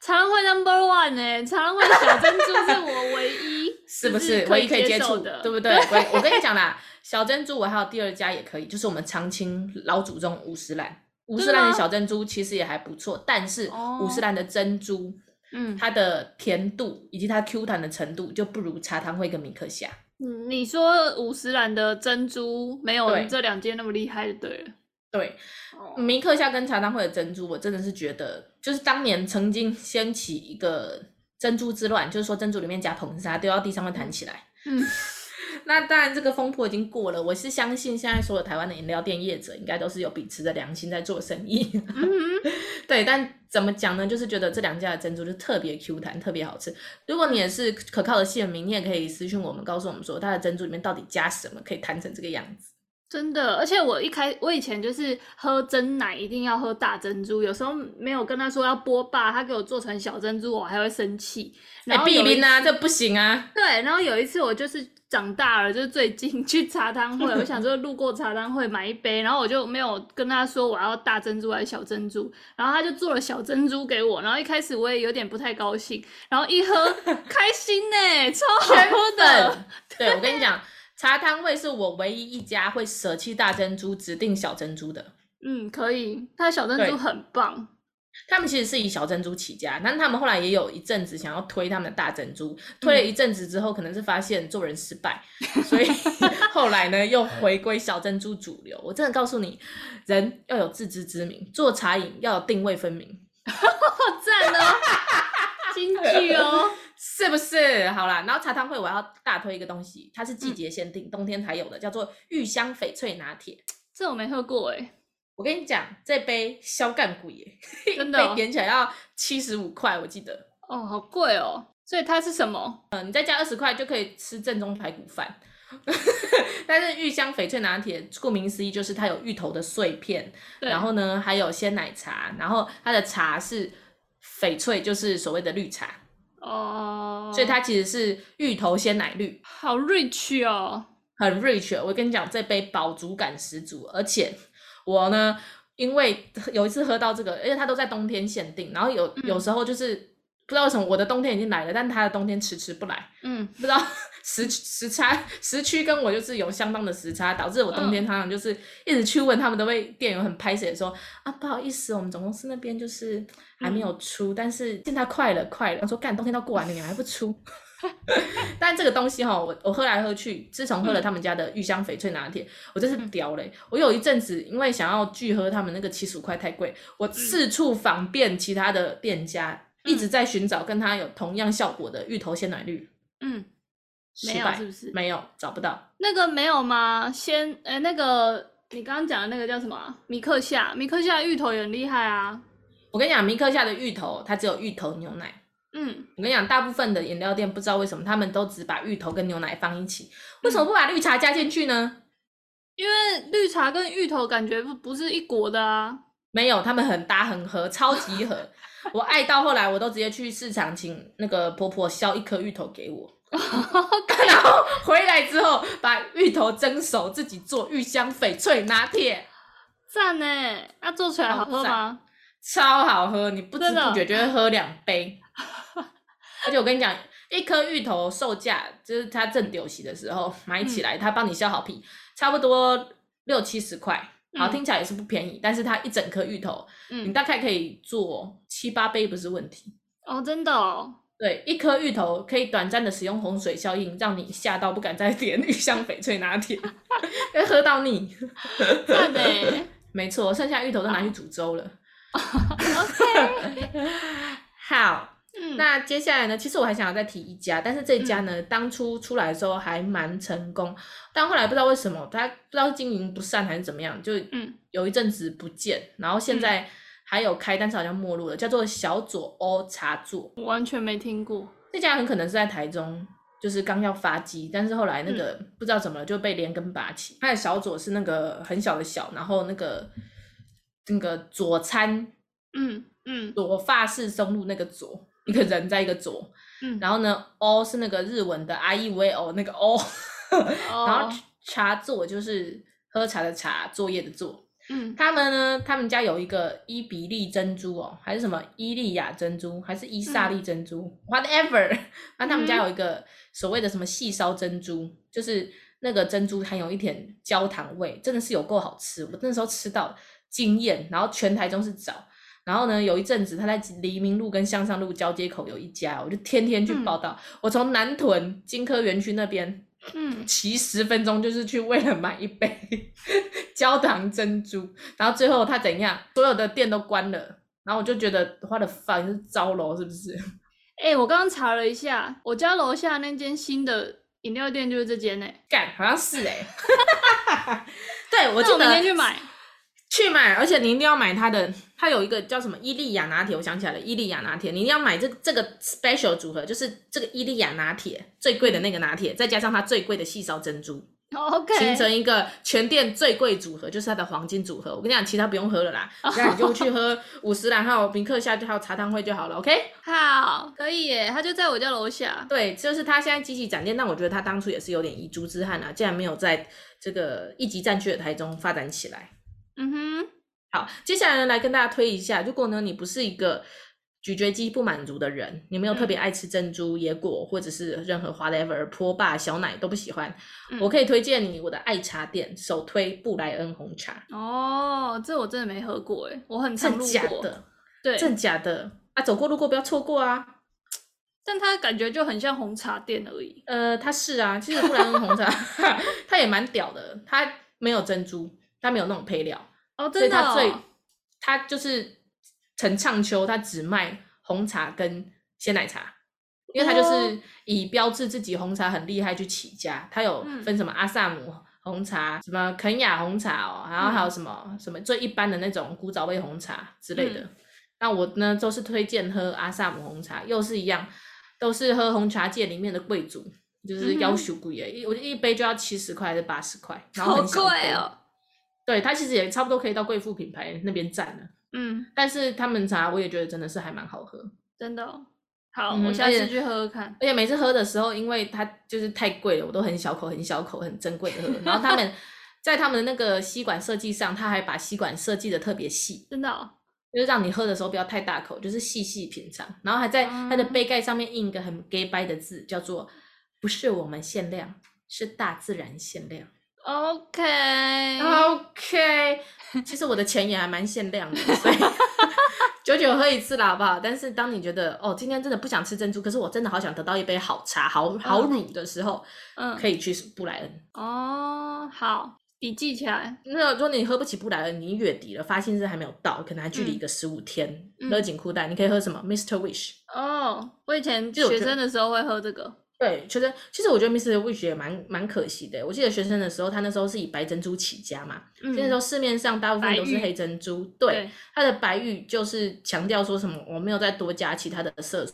Speaker 1: 茶浪会 number one 哎、欸，茶浪会小珍珠是我唯一，
Speaker 3: 是 不？
Speaker 1: 就是可
Speaker 3: 唯一
Speaker 1: 以
Speaker 3: 可以接
Speaker 1: 受
Speaker 3: 触
Speaker 1: 的，
Speaker 3: 对不对？我我跟你讲啦，小珍珠我还有第二家也可以，就是我们常青老祖宗五十兰。五十
Speaker 1: 真
Speaker 3: 兰
Speaker 1: 的
Speaker 3: 的
Speaker 1: 吗
Speaker 3: 小珍珠其实也还不错，但是
Speaker 1: 哦
Speaker 3: 五十兰的珍珠，
Speaker 1: 嗯，
Speaker 3: 它的甜度以及它 Q 弹的程度就不如茶汤会跟米克夏。
Speaker 1: 嗯你说五十兰的珍珠没有
Speaker 3: 对
Speaker 1: 这两间那么厉害就对了。
Speaker 3: 对，
Speaker 1: 哦
Speaker 3: 米克夏跟茶汤会的珍珠，我真的是觉得，就是当年曾经掀起一个珍珠之乱，就是说珍珠里面加硼砂丢到地上会弹起来。
Speaker 1: 嗯，
Speaker 3: 那当然这个风波已经过了，我是相信现在所有台湾的饮料店业者应该都是有秉持着良心在做生意。
Speaker 1: 嗯哼，
Speaker 3: 对，但怎么讲呢？就是觉得这两家的珍珠就特别 Q 弹，特别好吃。如果你也是可靠的县民，你也可以私信我们，告诉我们说它的珍珠里面到底加什么，可以弹成这个样子。
Speaker 1: 真的，而且我一开我以前就是喝真奶一定要喝大珍珠，有时候没有跟他说要波霸，他给我做成小珍珠，我还会生气。然
Speaker 3: 哎，
Speaker 1: 后有
Speaker 3: 避
Speaker 1: 一
Speaker 3: 冰啊，
Speaker 1: 次
Speaker 3: 这不行啊！
Speaker 1: 对，然后有一次我就是长大了，就是最近 去茶汤会，我想说路过茶汤会买一杯，然后我就没有跟他说我要大珍珠还是小珍珠，然后他就做了小珍珠给我，然后一开始我也有点不太高兴，然后一 喝开心呢、超好
Speaker 3: 圈
Speaker 1: 喝的
Speaker 3: 粉，。对，我跟你讲，茶汤会是我唯一一家会舍弃大珍珠指定小珍珠的。
Speaker 1: 嗯，可以，他的小珍
Speaker 3: 对
Speaker 1: 珠很 棒，
Speaker 3: 他们其实是以小珍珠起家，但是他们后来也有一阵子想要推他们的大珍珠，推
Speaker 1: 嗯
Speaker 3: 了一阵子之后，可能是发现做人失败，所以 后来 呢又回归小珍珠主流。我真的告诉你，人要有自知之明，做茶饮要有定位分明。
Speaker 1: 好赞哦，京剧哦，
Speaker 3: 是不是？好啦，然后茶汤会我要大推一个东西，它是季
Speaker 1: 嗯
Speaker 3: 节限定，冬天才有的，叫做玉香翡翠拿铁。
Speaker 1: 这我没喝过 哎、
Speaker 3: 我跟你讲，这杯削干贵耶，
Speaker 1: 真的
Speaker 3: 被
Speaker 1: 哦
Speaker 3: 点起来要七十五块，我记得。
Speaker 1: 哦，好贵哦，所以它是什么？
Speaker 3: 嗯、你再加二十块就可以吃正宗排骨饭。 但是玉香翡翠拿铁，顾名思义就是它有芋头的碎片，
Speaker 1: 对
Speaker 3: 然后呢还有鲜奶茶，然后它的茶是翡翠，就是所谓的绿茶，
Speaker 1: 哦，
Speaker 3: 所以它其实是芋头鲜奶绿，
Speaker 1: 好 rich 哦。
Speaker 3: 很 rich。我跟你讲，这杯饱足感十足，而且我呢，因因为有一次喝到这个，而且它都在冬天限定，然后有有时候就是不知道为什么我的冬天已经来了，但它的冬天迟迟不来，
Speaker 1: 嗯，
Speaker 3: 不知道 时时差时区跟我就是有相当的时差，导致我冬天常常就是一直去问他们，都会店员很拍谁说啊不好意思，我们总公司那边就是还没有出，但是现在快了快了，我说干冬天都过完了，你们还不出？ 但这个东西哈，我我喝来喝去，自从喝了他们家的玉香翡翠拿铁，我真是屌嘞、我有一阵子因为想要拒喝他们那个七十五块太贵，我四处访遍其他的店家，一直在寻找跟它有同样效果的芋头鲜奶绿，
Speaker 1: 嗯，没
Speaker 3: 失
Speaker 1: 有
Speaker 3: 败
Speaker 1: 是不是
Speaker 3: 没有找不到。
Speaker 1: 那个没有吗？先，呃，那个你刚刚讲的那个叫什么啊？米克夏，米克夏芋头也很厉害啊。
Speaker 3: 我跟你讲，米克夏的芋头它只有芋头牛奶。
Speaker 1: 嗯，
Speaker 3: 我跟你讲，大部分的饮料店不知道为什么他们都只把芋头跟牛奶放一起，为什么不把绿茶加进去呢？
Speaker 1: 因为绿茶跟芋头感觉不不是一国的啊。
Speaker 3: 没有，他们很搭很合，超级合。我爱到后来，我都直接去市场请那个婆婆削一颗芋头给 我，然后回来之后把芋头蒸熟，自己做芋香翡翠拿铁，
Speaker 1: 赞呢、那、做起来好喝吗？
Speaker 3: 超好喝，你不知
Speaker 1: 真的
Speaker 3: 不觉就会喝两 杯。而且我跟你讲，一颗芋头售价就是它正丢席的时
Speaker 1: 嗯
Speaker 3: 候买起来，它帮你削好皮，差不多六七十块。好，
Speaker 1: 嗯
Speaker 3: 听起来也是不便宜，但是它一整颗芋头，你
Speaker 1: 嗯，
Speaker 3: 大概可以做七八杯不是问题。
Speaker 1: 哦，真的哦，
Speaker 3: 对，一颗芋头可以短暂的使用洪水效应，让你吓到不敢再点 芋香翡翠拿 铁，要喝到腻。
Speaker 1: 赞欸呢、
Speaker 3: 没错，剩下芋头都拿去煮粥了。
Speaker 1: OK，
Speaker 3: 好，
Speaker 1: 嗯，
Speaker 3: 那接下来呢？其实我还想要再提一家，但是这一家呢，当初出来的时候还蛮成功，但后来不知道为什么，它不知道经营不善还是怎么样，就
Speaker 1: 嗯
Speaker 3: 有一阵子不见，然后现在还有开，但是好像没落了，叫做小左欧茶座。
Speaker 1: 我完全没听过。
Speaker 3: 这家很可能是在台中，就是刚要发迹，但是后来那个、不知道怎么了就被连根拔起。他的小左是那个很小的小，然后那个那个左餐
Speaker 1: 嗯嗯
Speaker 3: 左发式松露那个左，一个人在一个左，
Speaker 1: 嗯，
Speaker 3: 然后呢哦是那个日文的 I E V O 那个哦，
Speaker 1: 后
Speaker 3: 然后茶座就是喝茶的茶，作业的作。
Speaker 1: 嗯
Speaker 3: 他们呢，他们家有一个伊比利珍珠哦，还是什么伊利亚珍珠，还是伊萨利珍珠、
Speaker 1: 嗯
Speaker 3: w h a t e v e r 那 他们家有一个所谓的什么细烧珍珠，就是那个珍珠含有一点焦糖味，真的是有够好吃。我那时候吃到惊艳，然后全台中是找。然后呢，有一阵子他在黎明路跟向上路交接口有一家，我就天天去
Speaker 1: 嗯
Speaker 3: 报道。我从南屯金科园区那边
Speaker 1: 嗯，
Speaker 3: 骑十分钟就是去为了买一杯 焦糖珍珠，然后最后他怎样，所有的店都关了，然后我就觉得花的饭是糟了，是不是？
Speaker 1: 哎、我刚刚查了一下，我家楼下那间新的饮料店就是这间呢、
Speaker 3: 干，好像是 哎、欸，对我
Speaker 1: 那
Speaker 3: 记
Speaker 1: 我明
Speaker 3: 得
Speaker 1: 天去买。
Speaker 3: 去买，而且你一定要买它的，它有一个叫什么伊利亚拿铁，我想起来了，伊利亚拿铁，你一定要买这这个 special 组合，就是这个伊利亚拿铁最贵的那个拿铁，再加上它最贵的细烧珍珠，
Speaker 1: OK，
Speaker 3: 形成一个全店最贵组合，就是它的黄金组合。我跟你讲，其他不用喝了啦，
Speaker 1: 哦
Speaker 3: 那你就去喝五十兰还有明克夏就还有茶汤会就好了，OK？
Speaker 1: 好，可以耶，他就在我家楼下。
Speaker 3: 对，就是他现在积极展店，但我觉得他当初也是有点遗珠之憾啊，竟然没有在这个一级战区的台中发展起来。
Speaker 1: 嗯
Speaker 3: 好，接下来呢，来跟大家推一下，如果呢你不是一个咀嚼肌不满足的人，你没有特
Speaker 1: 嗯
Speaker 3: 别爱吃珍珠、野果或者是任何 whatever 波霸、小奶都不喜欢，
Speaker 1: 嗯
Speaker 3: 我可以推荐你我的爱茶店，首推布莱恩红茶，
Speaker 1: 哼，哦，这我真的没喝过哎，我很常
Speaker 3: 真
Speaker 1: 路
Speaker 3: 假
Speaker 1: 过。
Speaker 3: 的？
Speaker 1: 对，
Speaker 3: 真假的啊，走过路过不要错过啊。
Speaker 1: 但它感觉就很像红茶店而已。
Speaker 3: 呃，它是啊，其实布兰恩红茶 它也蛮屌的，它没有珍珠，它没有那种配料，
Speaker 1: 哦，
Speaker 3: 所
Speaker 1: 真
Speaker 3: 以
Speaker 1: 的、
Speaker 3: 它最
Speaker 1: 哦，
Speaker 3: 它就是陈畅秋，它只卖红茶跟鲜奶茶。因为它
Speaker 1: 哦
Speaker 3: 就是以标志自己红茶很厉害去起家，它有
Speaker 1: 嗯
Speaker 3: 分什么阿萨姆红茶、什么肯雅红茶哦，然后
Speaker 1: 嗯
Speaker 3: 还有什么、什么最一般的那种古早味红茶之类的。
Speaker 1: 嗯
Speaker 3: 那我呢都是推荐喝阿萨姆红茶，又是一样，都是喝红茶界里面的贵族，就
Speaker 1: 嗯
Speaker 3: 是
Speaker 1: 哼
Speaker 3: 要求贵耶，一我就一杯就要七十块还是八十块，然后
Speaker 1: 好
Speaker 3: 很小
Speaker 1: 贵
Speaker 3: 杯。
Speaker 1: 哦。
Speaker 3: 对，它其实也差不多可以到贵妇品牌那边站了，
Speaker 1: 嗯，
Speaker 3: 但是他们茶我也觉得真的是还蛮好喝。
Speaker 1: 真的、哦。好，
Speaker 3: 嗯
Speaker 1: 我下
Speaker 3: 而
Speaker 1: 次
Speaker 3: 且
Speaker 1: 去喝喝看。
Speaker 3: 而 且每次喝的时候，因为它就是太贵了，我都很小口、很小口、很珍贵的喝。然后他们在他们的那个吸管设计上，他还把吸管设计的特别细，
Speaker 1: 真的、哦，
Speaker 3: 就是让你喝的时候不要太大口，就是细细品尝。然后还在它的
Speaker 1: 嗯
Speaker 3: 杯盖上面印一个很 gay 掰的字，叫做“不是我们限量，是大自然限量”。
Speaker 1: OK，
Speaker 3: OK，其实我的钱也还蛮限 量的，所以久久喝一次啦，好不好？但是当你觉得哦，今天真的不想吃珍珠，可是我真的好想得到一杯好茶、好好乳的时候，
Speaker 1: 嗯，
Speaker 3: 可以去布莱恩。
Speaker 1: 哦，好，笔记起来。
Speaker 3: 那如果你喝不起布莱恩，你月底了，发薪日还没有到，可能还距离一个十五天，
Speaker 1: 嗯
Speaker 3: 勒紧裤带，你可以喝什么？Mr. Wish。
Speaker 1: 哦，我以前
Speaker 3: 这我
Speaker 1: 学
Speaker 3: 觉得
Speaker 1: 生的时候会喝这个。
Speaker 3: 对，觉得其实我觉得 Mr. Wish 也蛮蛮可惜的。我记得学生的时候，他那时候是以白珍珠起家嘛，
Speaker 1: 嗯，
Speaker 3: 那时候市面上大部分都
Speaker 1: 白
Speaker 3: 是
Speaker 1: 玉
Speaker 3: 黑珍珠，对，它的白玉就是强调说什么我没有再多加其他的色素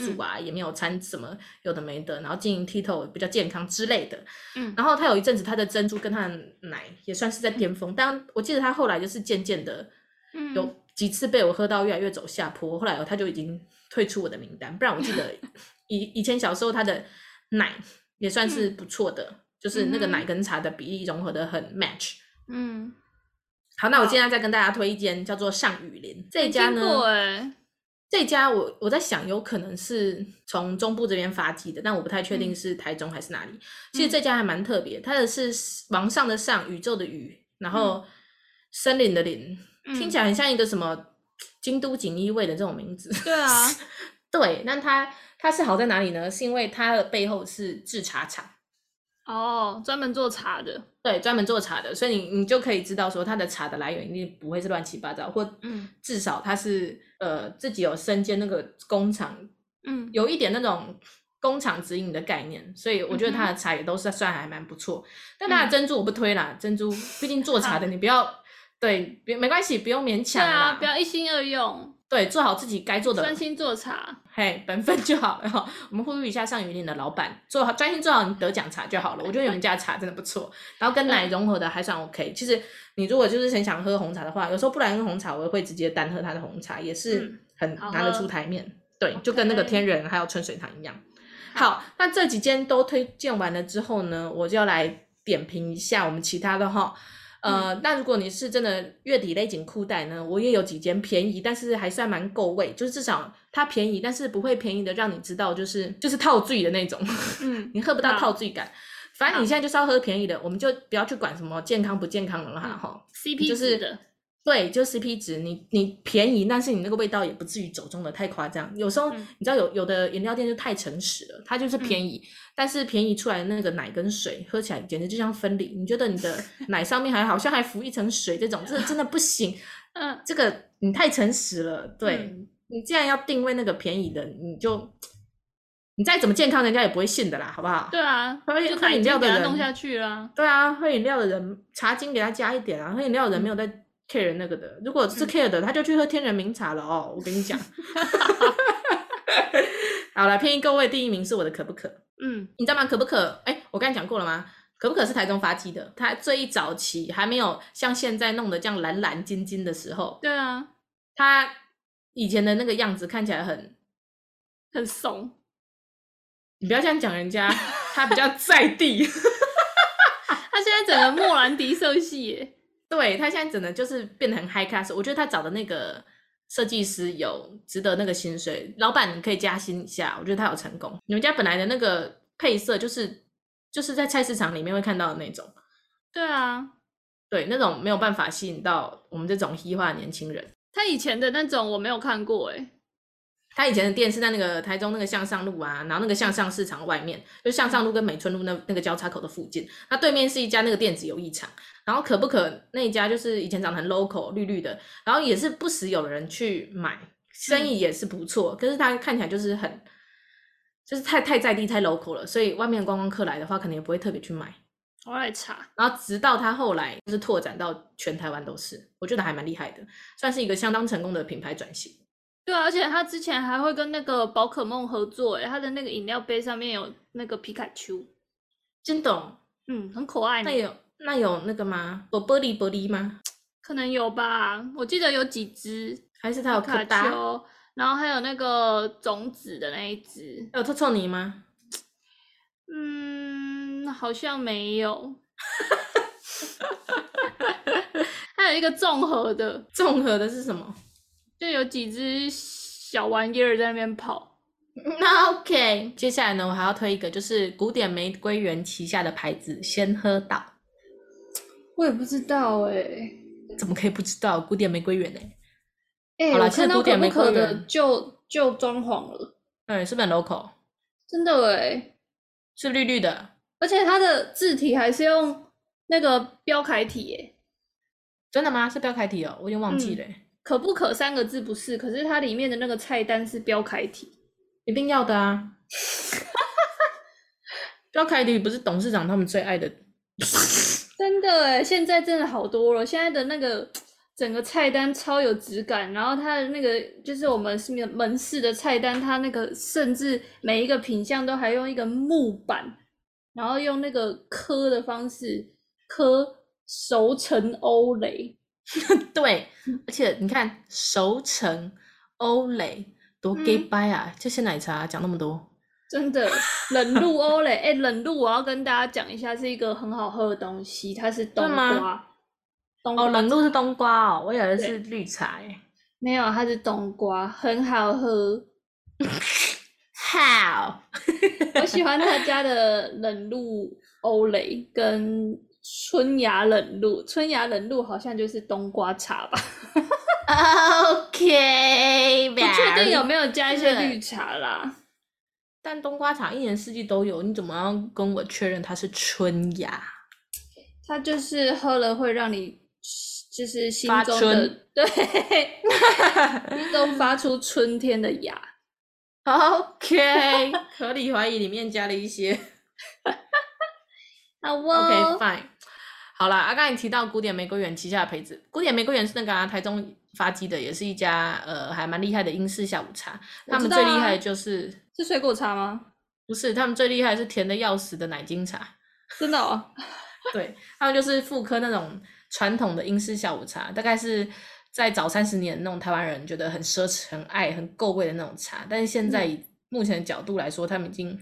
Speaker 1: 嗯
Speaker 3: 啊，也没有掺什么有的没的，然后经营剔透比较健康之类的。
Speaker 1: 嗯
Speaker 3: 然后它有一阵子它的珍珠跟它的奶也算是在巅峰，但我记得它后来就是渐渐的
Speaker 1: 嗯
Speaker 3: 有几次被我喝到越来越走下坡，后来它就已经退出我的名单，不然我记 得以以前小时候它的奶也算是不错的，就是那个
Speaker 1: 嗯嗯哼
Speaker 3: 奶跟茶的比例融合的很 match。
Speaker 1: 嗯，
Speaker 3: 好，那我现在再跟大家推一间叫做上雨林这
Speaker 1: 没
Speaker 3: 家
Speaker 1: 听过
Speaker 3: 呢，
Speaker 1: 哎，
Speaker 3: 这家我我在想有可能是从中部这边发迹的，但我不太确定
Speaker 1: 嗯
Speaker 3: 是台中还是哪里。其实这家还蛮特别，它的是往上的上，宇宙的宇，
Speaker 1: 嗯
Speaker 3: 然后森林的林，听起
Speaker 1: 来
Speaker 3: 来很像一个什么京都锦衣卫的这种名字。
Speaker 1: 对啊，
Speaker 3: 对，那它它是好在哪里呢？是因为它的背后是制茶厂。
Speaker 1: 哦，专门做茶的。
Speaker 3: 对，专门做茶的，所以你你就可以知道说它的茶的来源一定不会是乱七八糟，或
Speaker 1: 嗯
Speaker 3: 至少它是呃自己有身兼那个工厂，
Speaker 1: 嗯，
Speaker 3: 有一点那种工厂指引的概念，所以我觉得
Speaker 1: 嗯
Speaker 3: 它的茶也都是算还蛮不错。但它的珍珠我不推啦，珍珠毕竟做 茶的你不要对，别没关系，不用勉
Speaker 1: 对
Speaker 3: 强啦
Speaker 1: 啊，不要一心二用，
Speaker 3: 对，做好自己该做的
Speaker 1: 专心做茶。
Speaker 3: 嘿， 本分就好了哈、我们呼吁一下上云林的老板，做好专心做好你得奖茶就好了。我觉得你们家的茶真的不错，然后跟奶融合的还算 OK。其实你如果就是很想喝红茶的话，有时候布莱恩红茶我也会直接单喝它的红茶，也是
Speaker 1: 嗯
Speaker 3: 很
Speaker 1: 好喝
Speaker 3: 拿得出台面。对，就跟那个天人还有春水堂一样。
Speaker 1: 好
Speaker 3: 好，那这几间都推荐完了之后呢，我就要来点评一下我们其他的哈。呃，那如果你是真的月底勒紧裤带呢，我也有几间便宜，但是还算蛮够味，就是至少它便宜，但是不会便宜的让你知道就是就是套醉的那种，
Speaker 1: 嗯
Speaker 3: 你喝不到
Speaker 1: 好
Speaker 3: 套醉感。反正你现在就是要喝便宜的，我们就不要去管什么健康不健康了哈
Speaker 1: 嗯
Speaker 3: 哈。
Speaker 1: ，CP
Speaker 3: 就
Speaker 1: 值
Speaker 3: 是
Speaker 1: 的。
Speaker 3: 对，就 CP 值，你你便宜，但是你那个味道也不至于走中的太夸张。有时候、
Speaker 1: 嗯
Speaker 3: 你知道有有的饮料店就太诚实了，它就是便宜，但是便宜出来的那个奶跟水喝起来简直就像分离。你觉得你 的奶上面还好像还浮一层水，这种这真的不行，
Speaker 1: 嗯
Speaker 3: 这个你太诚实了。对、
Speaker 1: 嗯
Speaker 3: 你既然要定位那个便宜的，你就你再怎么健康，人家也不会信的啦，好不好？
Speaker 1: 对啊，
Speaker 3: 喝
Speaker 1: 就
Speaker 3: 喝
Speaker 1: 奶
Speaker 3: 饮
Speaker 1: 精
Speaker 3: 料的
Speaker 1: 给它
Speaker 3: 人
Speaker 1: 弄下去啦。
Speaker 3: 对啊，喝饮料的人茶精给他加一点啊，喝饮料的人没有在 care 那个的，如果是 care 的，他就去喝天人茗茶了哦。我跟你讲，好了，偏议各位第一名是我的可不可，
Speaker 1: 嗯
Speaker 3: 你知道吗？可不可？哎，我刚才讲过了吗？可不可是台中发迹的，它最早期还没有像现在弄得这样蓝蓝金金的时候，
Speaker 1: 对啊，
Speaker 3: 它以前的那个样子看起来很，
Speaker 1: 很怂。
Speaker 3: 你不要这样讲人家，它比较在地。
Speaker 1: 他现在整 个莫兰迪色系耶。
Speaker 3: 对他现在整的就是变得很 high class，我觉得他找的那个设计师有值得那个薪水，老板你可以加薪一下，我觉得他有成功。你们家本来的那个配色就是就是在菜市场里面会看到的那种，
Speaker 1: 对啊，
Speaker 3: 对，那种没有办法吸引到我们这种西化的年轻人。
Speaker 1: 他以前的那种我没有看过哎。
Speaker 3: 他以前的店是在那个台中那个向上路啊，然后那个向上市场外面，就向上路跟美村路那那个交叉口的附近。那对面是一家那个电子游艺场，然后可不可那一家就是以前长得很 local 绿绿的，然后也是不时有人去买，生意也是不错，可是它看起来就是很，就是太太在地太 local 了，所以外面的观光客来的话，可能也不会特别去买。
Speaker 1: 我来查。
Speaker 3: 然后直到它后来就是拓展到全台湾都是，我觉得还蛮厉害的，算是一个相当成功的品牌转型。
Speaker 1: 对啊，而且他之前还会跟那个宝可梦合作哎，他的那个饮料杯上面有那个皮卡丘。
Speaker 3: 真哦懂。
Speaker 1: 嗯，很可爱呢
Speaker 3: 那。有那有那个吗？有玻璃玻璃吗？
Speaker 1: 可能有吧，我记得有几只
Speaker 3: 还是它有
Speaker 1: 卡
Speaker 3: 可达？
Speaker 1: 丘，然后还有那个种子的那一只，
Speaker 3: 有臭臭泥吗？
Speaker 1: 嗯，好像没有。还有一个综合的，
Speaker 3: 综合的是什么？
Speaker 1: 就有几只小玩意儿在那边跑。
Speaker 3: 那 OK，接下来呢，我还要推一个，就是古典玫瑰园旗下的牌子仙喝岛，
Speaker 1: 我也不知道哎、
Speaker 3: 怎么可以不知道？古典玫瑰园呢、
Speaker 1: 哎、
Speaker 3: 好啦
Speaker 1: 我
Speaker 3: 其实
Speaker 1: 看到
Speaker 3: 古
Speaker 1: 可
Speaker 3: 典
Speaker 1: 不
Speaker 3: 玫
Speaker 1: 可
Speaker 3: 瑰
Speaker 1: 的
Speaker 3: 园
Speaker 1: 旧旧装潢了，
Speaker 3: 对，哎是不是很 local？
Speaker 1: 真的哎、
Speaker 3: 是绿绿的，
Speaker 1: 而且它的字体还是用那个标楷体哎、
Speaker 3: 真的吗？是标楷体哦，我已经忘
Speaker 1: 嗯
Speaker 3: 记了欸、
Speaker 1: 可不可三个字不是，可是它里面的那个菜单是标楷体。
Speaker 3: 一定要的啊！ 标楷体不是董事长他们最爱的，
Speaker 1: 真的哎，现在真的好多了。现在的那个整个菜单超有质感，然后它的那个就是我们是门门市的菜单，它那个甚至每一个品相都还用一个木板，然后用那个刻的方式刻熟成欧蕾，
Speaker 3: 对，而且你看熟成欧蕾多 gay 掰啊！这些奶茶讲那么多，
Speaker 1: 真的冷露欧蕾。哎、冷露我要跟大家讲一下，是一个很好喝的东西，它是冬
Speaker 3: 真的吗
Speaker 1: 瓜。冬瓜
Speaker 3: 哦，冷露是冬瓜哦，我以为
Speaker 1: 对
Speaker 3: 是绿茶欸诶。
Speaker 1: 没有，它是冬瓜，很好喝。
Speaker 3: How？
Speaker 1: 我喜欢他家的冷露欧蕾跟春芽冷露，春芽冷露好像就是冬瓜茶吧，
Speaker 3: OK，
Speaker 1: 不确定有没
Speaker 3: 有。
Speaker 1: 有加一些
Speaker 3: 对
Speaker 1: 绿茶啦。
Speaker 3: 但冬瓜茶一年四季都有，你怎么要跟我确认它是春芽？
Speaker 1: 它就是喝了会让你就是心
Speaker 3: 发
Speaker 1: 中的
Speaker 3: 春
Speaker 1: 对，心中发出春天的芽。 哎
Speaker 3: OK，合理怀疑里面加了一些。
Speaker 1: 好
Speaker 3: OK
Speaker 1: 哦
Speaker 3: fine，好啦，啊，刚才你提到古典玫瑰园旗下的培子，古典玫瑰园是那个、啊、台中发迹的，也是一家呃还蛮厉害的英式下午茶。
Speaker 1: 我
Speaker 3: 他
Speaker 1: 知
Speaker 3: 们
Speaker 1: 道
Speaker 3: 最厉害
Speaker 1: 啊
Speaker 3: 的就是
Speaker 1: 是水果茶吗？
Speaker 3: 不是他们最厉害的是甜的要死的奶精茶，
Speaker 1: 真的哦，
Speaker 3: 对他们就是复刻那种传统的英式下午茶，大概是在早三十年那种台湾人觉得很奢侈、很爱、很够味的那种茶，但是现
Speaker 1: 嗯
Speaker 3: 在以目前的角度来说，他们已经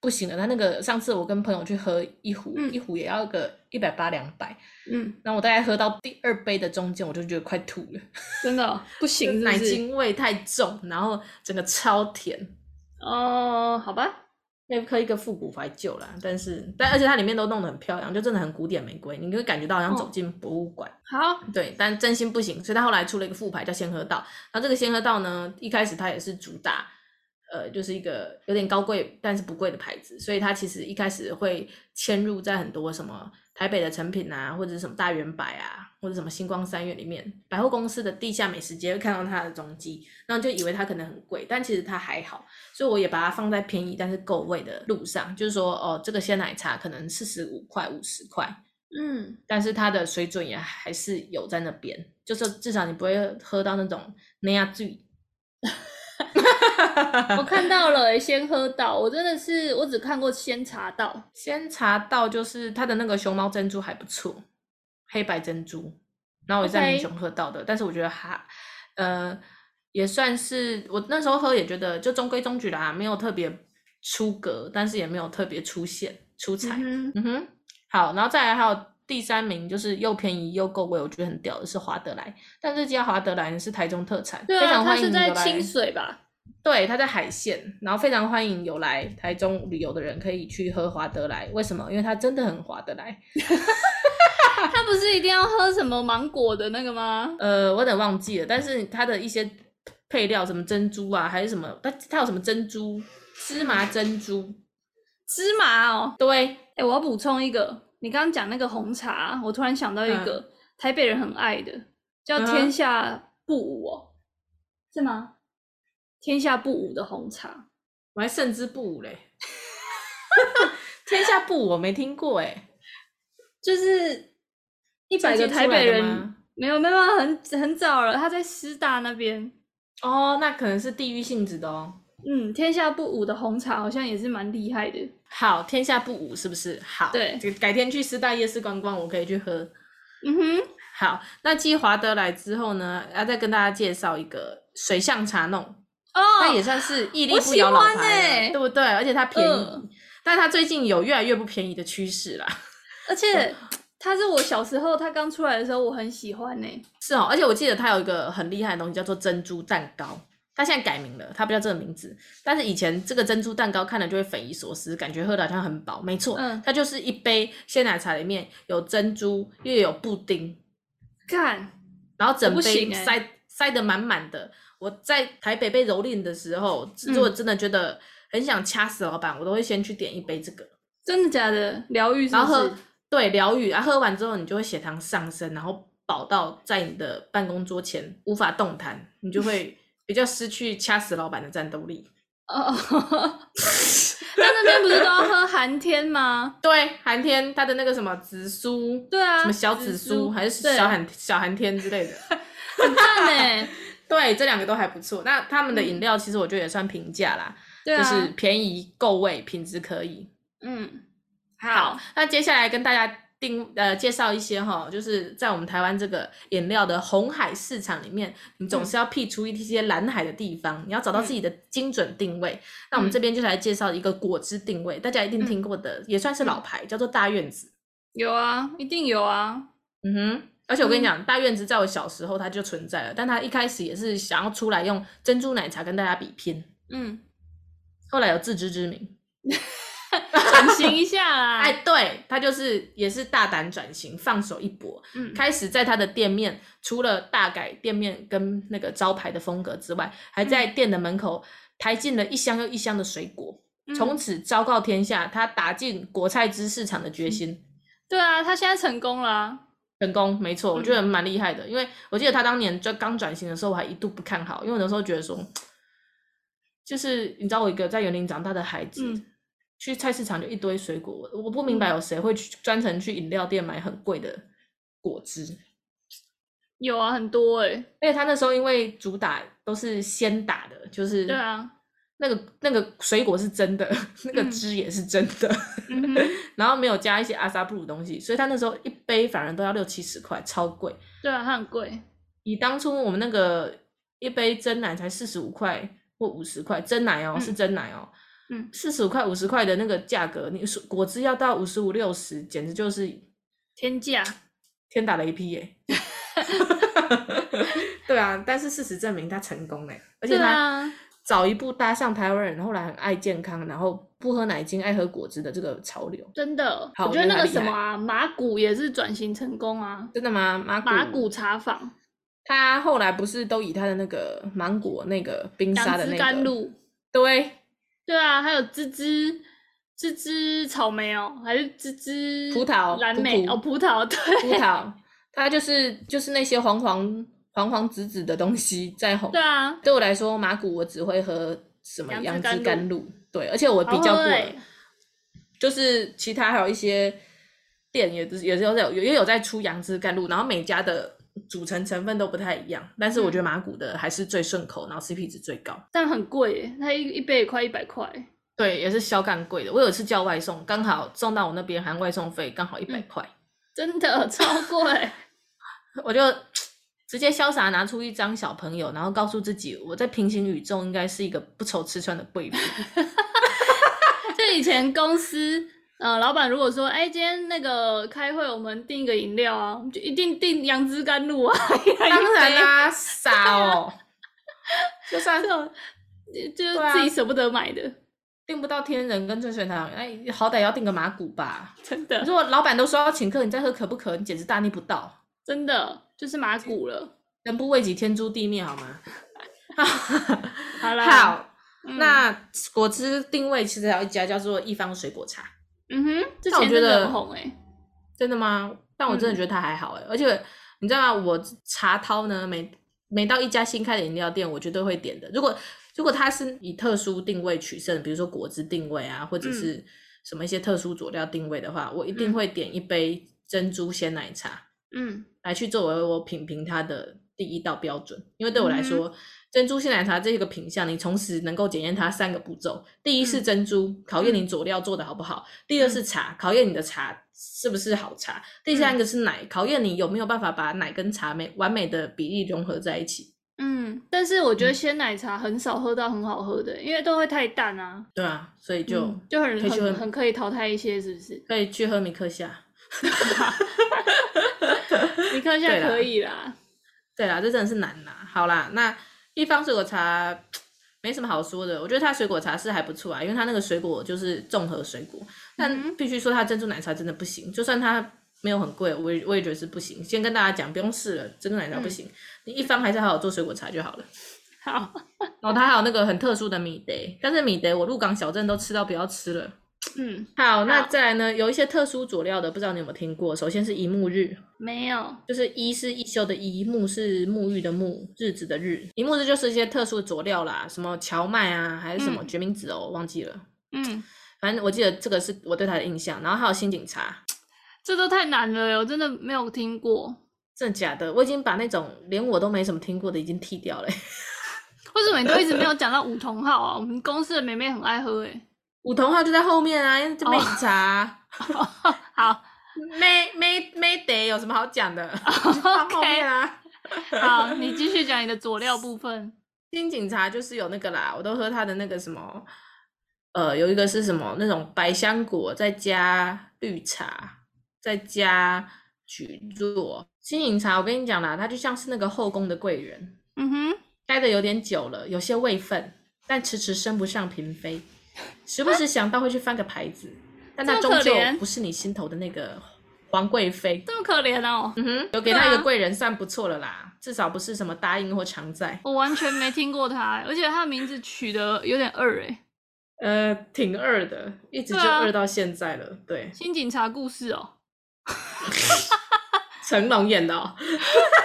Speaker 3: 不行了。他那个上次我跟朋友去喝一壶，
Speaker 1: 嗯
Speaker 3: 一壶也要个一百八两百。
Speaker 1: 嗯，
Speaker 3: 然后我大概喝到第二杯的中间，我就觉得快吐了，
Speaker 1: 真的哦不行是不是，
Speaker 3: 奶精味太重，然后整个超甜。
Speaker 1: 哦，好吧，
Speaker 3: 那喝一个复古怀旧啦，但是但而且它里面都弄得很漂亮，就真的很古典玫瑰，你会感觉到好像走进博物馆。
Speaker 1: 好，
Speaker 3: 对，但真心不行，所以它后来出了一个副牌叫仙鹤道。然后这个仙鹤道呢，一开始它也是主打，呃，就是一个有点高贵但是不贵的牌子，所以它其实一开始会嵌入在很多什么台北的成品啊，或者是什么大圆柏啊，或者什么星光三月里面百货公司的地下美食街会看到它的踪迹，然后就以为它可能很贵，但其实它还好。所以我也把它放在便宜但是够味的路上，就是说哦，这个鲜奶茶可能四十五块、五十块，
Speaker 1: 嗯。
Speaker 3: 但是它的水准也还是有在那边，就是至少你不会喝到那种那样醉。
Speaker 1: 我看到了、欸，先喝到，我真的是我只看过先查到，
Speaker 3: 先查到就是它的那个熊猫珍珠还不错，黑白珍珠，然后我也在
Speaker 1: OK
Speaker 3: 民雄喝到的但是我觉得还呃也算是我那时候喝也觉得就中规中矩啦，没有特别出格，但是也没有特别出现出彩。
Speaker 1: 嗯哼，
Speaker 3: 嗯哼，好，然后再来还有第三名，就是又便宜又够味，我觉得很屌的是华德莱，但这家华德莱是台中特产，
Speaker 1: 对
Speaker 3: 非
Speaker 1: 啊，
Speaker 3: 常
Speaker 1: 它
Speaker 3: 欢迎
Speaker 1: 是
Speaker 3: 有
Speaker 1: 在
Speaker 3: 来
Speaker 1: 清水吧？
Speaker 3: 对，它在海线，然后非常欢迎有来台中旅游的人可以去喝华德莱，为什么？因为它真的很华德莱。
Speaker 1: 它不是一定要喝什么芒果的那个吗？
Speaker 3: 呃，我有点忘记了，但是它的一些配料，什么珍珠啊，还是什么，它它有什么珍珠、芝麻珍珠，
Speaker 1: 芝麻哦，
Speaker 3: 对，
Speaker 1: 哎、我要补充一个，你刚刚讲那个红茶，我突然想到一个、台北人很爱的，叫
Speaker 3: 嗯哼
Speaker 1: 天下布武哦，是吗？天下布武的红茶，
Speaker 3: 我还胜之不武嘞。 天下布我没听过哎、
Speaker 1: 就是一百
Speaker 3: 最
Speaker 1: 个
Speaker 3: 近
Speaker 1: 台
Speaker 3: 出来
Speaker 1: 北
Speaker 3: 的
Speaker 1: 人
Speaker 3: 吗，
Speaker 1: 没有没有很很早了，他在师大那边。
Speaker 3: 哦，那可能是地域性质的哦。
Speaker 1: 嗯，天下不武的红茶好像也是蛮厉害的。
Speaker 3: 好，天下不武是不是？好，
Speaker 1: 对
Speaker 3: 这改天去师大夜市观光，我可以去喝。
Speaker 1: 嗯哼，
Speaker 3: 好，那继华德来之后呢，要再跟大家介绍一个水象茶弄，那、也
Speaker 1: 哦，
Speaker 3: 算是屹立
Speaker 1: 我
Speaker 3: 不
Speaker 1: 喜
Speaker 3: 摇老
Speaker 1: 欢
Speaker 3: 牌了，
Speaker 1: 欸
Speaker 3: 对不对？而且它便宜，
Speaker 1: 嗯
Speaker 3: 但它最近有越来越不便宜的趋势啦。
Speaker 1: 而且它是我小时候它刚出来的时候我很喜欢呢、
Speaker 3: 是哦，而且我记得它有一个很厉害的东西叫做珍珠蛋糕，它现在改名了，它不叫这个名字。但是以前这个珍珠蛋糕看了就会匪夷所思，感觉喝的好像很饱。没错，
Speaker 1: 嗯
Speaker 3: 它就是一杯鲜奶茶里面有珍珠又有布丁，
Speaker 1: 干，
Speaker 3: 然后整
Speaker 1: 我不
Speaker 3: 杯
Speaker 1: 行欸
Speaker 3: 塞、塞得满满的。我在台北被蹂躏的时候，
Speaker 1: 嗯
Speaker 3: 如果真的觉得很想掐死老板，我都会先去点一杯这个，
Speaker 1: 真的假的？疗愈是
Speaker 3: 然
Speaker 1: 不
Speaker 3: 后喝
Speaker 1: 是？
Speaker 3: 对疗愈，啊然后喝完之后你就会血糖上升，然后饱到在你的办公桌前无法动弹，你 就会比较失去掐死老板的战斗力。
Speaker 1: 哦， 但那边不是都要喝寒天吗？
Speaker 3: 对，寒天它的那个什么紫苏，
Speaker 1: 对啊，
Speaker 3: 什么小紫苏还是
Speaker 1: 对
Speaker 3: 小寒小寒天 之类的，
Speaker 1: 很赞呢、
Speaker 3: 对，这两个都还不错。那他们的饮料其实我觉得也算平价啦，
Speaker 1: 嗯对
Speaker 3: 就
Speaker 1: 啊，
Speaker 3: 是便宜够味，品质可以。
Speaker 1: 嗯，
Speaker 3: 好，那接下来跟大家定呃介绍一些哈，就是在我们台湾这个饮料的红海市场里面，你总是要辟出一些蓝海的地方，你要找到自己的精准定位。那我们这边就来介绍一个果汁定位，大家一定听过的，也算是老牌，叫做大院子。
Speaker 1: 有啊，一定有啊。
Speaker 3: 嗯哼。而且我跟你讲，大院子在我小时候它就存在了，但它一开始也是想要出来用珍珠奶茶跟大家比拼，
Speaker 1: 嗯，
Speaker 3: 后来有自知之明，
Speaker 1: 转型一下啦。
Speaker 3: 哎，对，它就是也是大胆转型，放手一搏，
Speaker 1: 嗯，
Speaker 3: 开始在他的店面，除了大改店面跟那个招牌的风格之外，还在店的门口抬进了一箱又一箱的水果。
Speaker 1: 嗯
Speaker 3: 从此昭告天下，他打进果菜汁市场的决
Speaker 1: 嗯
Speaker 3: 心
Speaker 1: 对啊，他现在成功了啊。
Speaker 3: 成功，没错，我
Speaker 1: 嗯
Speaker 3: 觉得蛮厉害的。因为我记得他当年就刚转型的时候，我还一度不看好，因为我那时候觉得说，就是你知道，我一个在园林长大的孩子。
Speaker 1: 嗯
Speaker 3: 去菜市场就一堆水果，我我不明白有谁会去专程去饮料店买很贵的果汁。
Speaker 1: 有啊，很多哎、
Speaker 3: 而且他那时候因为主打都是鲜打的，就是
Speaker 1: 对啊，
Speaker 3: 那个那个水果是真的，那个
Speaker 1: 嗯
Speaker 3: 汁也是真的，
Speaker 1: 嗯哼，
Speaker 3: 然后没有加一些阿萨布鲁东西，所以他那时候一杯反而都要六七十块，超贵。
Speaker 1: 对啊，它很贵。
Speaker 3: 以当初我们那个一杯真奶才四十五块或五十块，真奶哦、
Speaker 1: 嗯
Speaker 3: 是真奶哦、
Speaker 1: 嗯
Speaker 3: 四十五块五十块的那个价格，你说果汁要到五十五六十，简直就是
Speaker 1: 天价，
Speaker 3: 天打雷劈耶、 对啊，但是事实证明他成功嘞、而且
Speaker 1: 对
Speaker 3: 他、
Speaker 1: 啊，
Speaker 3: 早一步搭上台湾人后来很爱健康，然后不喝奶精、爱喝果汁的这个潮流。
Speaker 1: 真的。
Speaker 3: 好
Speaker 1: 我觉得那
Speaker 3: 我
Speaker 1: 个
Speaker 3: 觉
Speaker 1: 什
Speaker 3: 得它厉害
Speaker 1: 么啊，马古也是转型成功啊，
Speaker 3: 真的吗？马古
Speaker 1: 马古茶坊、
Speaker 3: 他后来不是都以他的那个芒果那个冰沙
Speaker 1: 杨
Speaker 3: 的那
Speaker 1: 枝
Speaker 3: 个
Speaker 1: 甘露，
Speaker 3: 对
Speaker 1: 对啊，还有芝芝。芝芝草莓哦，还是芝芝
Speaker 3: 葡萄
Speaker 1: 蓝莓
Speaker 3: 葡
Speaker 1: 哦，葡萄对
Speaker 3: 葡萄，他就是就是那些黄黄黄黄紫紫的东西在红。
Speaker 1: 对啊，
Speaker 3: 对我来说，马古我只会喝什么
Speaker 1: 杨
Speaker 3: 杨
Speaker 1: 枝
Speaker 3: 枝
Speaker 1: 甘露
Speaker 3: 甘露，对，而且我比
Speaker 1: 好
Speaker 3: 较
Speaker 1: 喝
Speaker 3: 过了，
Speaker 1: 欸
Speaker 3: 就是其他还有一些店也是也是有在有也有在出杨枝甘露，然后每家的组成成分都不太一样，但是我觉得马古的还是最顺口，然后 CP 值最高。
Speaker 1: 但很贵耶，它一一杯也快一百块。
Speaker 3: 对，也是销干贵的。我有一次叫外送，刚好送到我那边，含外送费刚好一百块，
Speaker 1: 真的超贵，
Speaker 3: 我就直接潇洒拿出一张小朋友，然后告诉自己，我在平行宇宙应该是一个不愁吃穿的贵妇。
Speaker 1: 就以前公司，呃，老板如果说，哎、今天那个开会，我们订一个饮料啊，我们就一定订杨枝甘露啊，
Speaker 3: 当然啦、傻哦，就算
Speaker 1: 这种就是
Speaker 3: 对啊
Speaker 1: 自己舍不得买的，
Speaker 3: 订不到天人跟醉水堂，哎，好歹也要订个马古吧。
Speaker 1: 真
Speaker 3: 可
Speaker 1: 的
Speaker 3: 是我老板都说要请客，你再喝可不可？你简直大逆不道，
Speaker 1: 真的就是马古了。
Speaker 3: 人不为己，天诛地灭，好吗？
Speaker 1: 好啦，
Speaker 3: 好，
Speaker 1: 嗯
Speaker 3: 那果汁定位其实还有一家叫做一方水果茶，
Speaker 1: 嗯哼，之
Speaker 3: 但我
Speaker 1: 前
Speaker 3: 觉
Speaker 1: 真
Speaker 3: 得
Speaker 1: 的很红哎、
Speaker 3: 真的吗？但我
Speaker 1: 嗯
Speaker 3: 真的觉得它还好哎、而且你知道吗？我茶涛呢，每每到一家新开的饮料店，我绝对会点的。如果如果它是以特殊定位取胜，比如说果汁定位啊，或者是什么一些特殊佐料定位的话，我一定
Speaker 1: 嗯
Speaker 3: 会点一杯珍珠鲜奶茶。
Speaker 1: 嗯，
Speaker 3: 来去作为我品评它的第一道标准，因为对我
Speaker 1: 嗯
Speaker 3: 来说，珍珠鲜奶茶这个品相，你同时能够检验它三个步骤：第一是
Speaker 1: 嗯
Speaker 3: 珍珠，考验你佐料做的好不好；第二是茶，考验你的茶是不是好茶；第
Speaker 1: 嗯
Speaker 3: 三个是奶，考验你有没有办法把奶跟茶美完美的比例融合在一起。
Speaker 1: 嗯，但是我觉得鲜奶茶很少喝到很好喝的，因为都会太淡啊，
Speaker 3: 对啊，所以就
Speaker 1: 嗯就很
Speaker 3: 可以去
Speaker 1: 很
Speaker 3: 喝
Speaker 1: 很可以淘汰一些，是不是？
Speaker 3: 可以去喝米克夏。
Speaker 1: 你看现在
Speaker 3: 对啦
Speaker 1: 可以啦。
Speaker 3: 对啦，这真的是难啦。好啦，那一方水果茶没什么好说的，我觉得它水果茶是还不错啊，因为它那个水果就是综合水果。但必须说它珍珠奶茶真的不行，就算它没有很贵，我也我也觉得是不行。先跟大家讲，不用试了，珍珠奶茶不行。你一方还是好好做水果茶就好了。
Speaker 1: 好，
Speaker 3: 然后它还有那个很特殊的米德，但是米德我鹿港小镇都吃到不要吃了。
Speaker 1: 嗯，
Speaker 3: 好，那
Speaker 1: 好
Speaker 3: 再来呢，有一些特殊佐料的，不知道你有没有听过？首先是一木日，
Speaker 1: 没有，
Speaker 3: 就是一是一休的一，沐是沐浴的沐，日子的日。一沐日就是一些特殊的佐料啦，什么荞麦啊，还是什么
Speaker 1: 嗯
Speaker 3: 决明子哦，我忘记了。
Speaker 1: 嗯，
Speaker 3: 反正我记得这个是我对它的印象。然后还有新警察，
Speaker 1: 这都太难了，欸我真的没有听过。
Speaker 3: 真的假的？我已经把那种连我都没什么听过的已经剃掉了、
Speaker 1: 为什么你都一直没有讲到五同号啊？我们公司的妹妹很爱喝欸诶、
Speaker 3: 五同号就在后面啊，因为这
Speaker 1: 哦
Speaker 3: 杯警察。啊
Speaker 1: 好，
Speaker 3: 没没没得有什么好讲 的，就放后面啊。
Speaker 1: 好，你继续讲你的佐料部分。
Speaker 3: 新警察就是有那个啦，我都喝它的那个什么，呃，有一个是什么那种百香果，再加绿茶，再加菊若。新警察，我跟你讲啦，它就像是那个后宫的贵人，
Speaker 1: 嗯哼，
Speaker 3: 待的有点久了，有些位分，但迟迟升不上嫔妃，时不时想到会去翻个牌子，但它
Speaker 1: 这
Speaker 3: 终
Speaker 1: 么可
Speaker 3: 究
Speaker 1: 怜
Speaker 3: 不是你心头的那个皇贵妃。
Speaker 1: 这么可怜哦，
Speaker 3: 嗯哼，有给他一
Speaker 1: 对啊
Speaker 3: 个贵人算不错了啦，至少不是什么答应或常在。
Speaker 1: 我完全没听过她欸、而且她的名字取得有点二诶、欸
Speaker 3: 呃，挺二的，一直就
Speaker 1: 对啊
Speaker 3: 二到现在了。对，
Speaker 1: 新警察故事哦，
Speaker 3: 成龙演的、哦。
Speaker 1: 不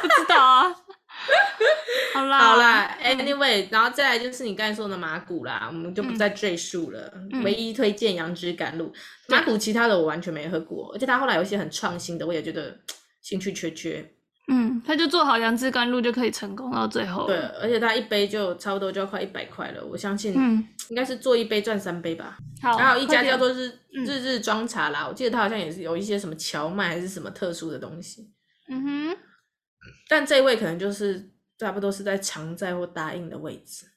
Speaker 1: 知道啊。 好啦，
Speaker 3: 好，啦，anyway，、然后再来就是你刚才说的马古啦，我们就不
Speaker 1: 嗯
Speaker 3: 再赘述了。
Speaker 1: 嗯
Speaker 3: 唯一推荐杨枝甘露，马古其他的我完全没喝过，而且他后来有一些很创新的，我也觉得兴趣缺缺。
Speaker 1: 嗯，她就做好杨枝甘露就可以成功到最后
Speaker 3: 对
Speaker 1: 了。，
Speaker 3: 而且他一杯就差不多就要快一百块了，我相信
Speaker 1: 嗯，
Speaker 3: 应该是做一杯赚三杯吧。
Speaker 1: 好，
Speaker 3: 然后有一
Speaker 1: 快
Speaker 3: 家
Speaker 1: 点
Speaker 3: 叫做日
Speaker 1: 嗯
Speaker 3: 日日装茶啦，我记得它好像也是有一些什么荞麦还是什么特殊的东西，
Speaker 1: 嗯哼，
Speaker 3: 但这位可能就是差不多是在常在或答应的位置，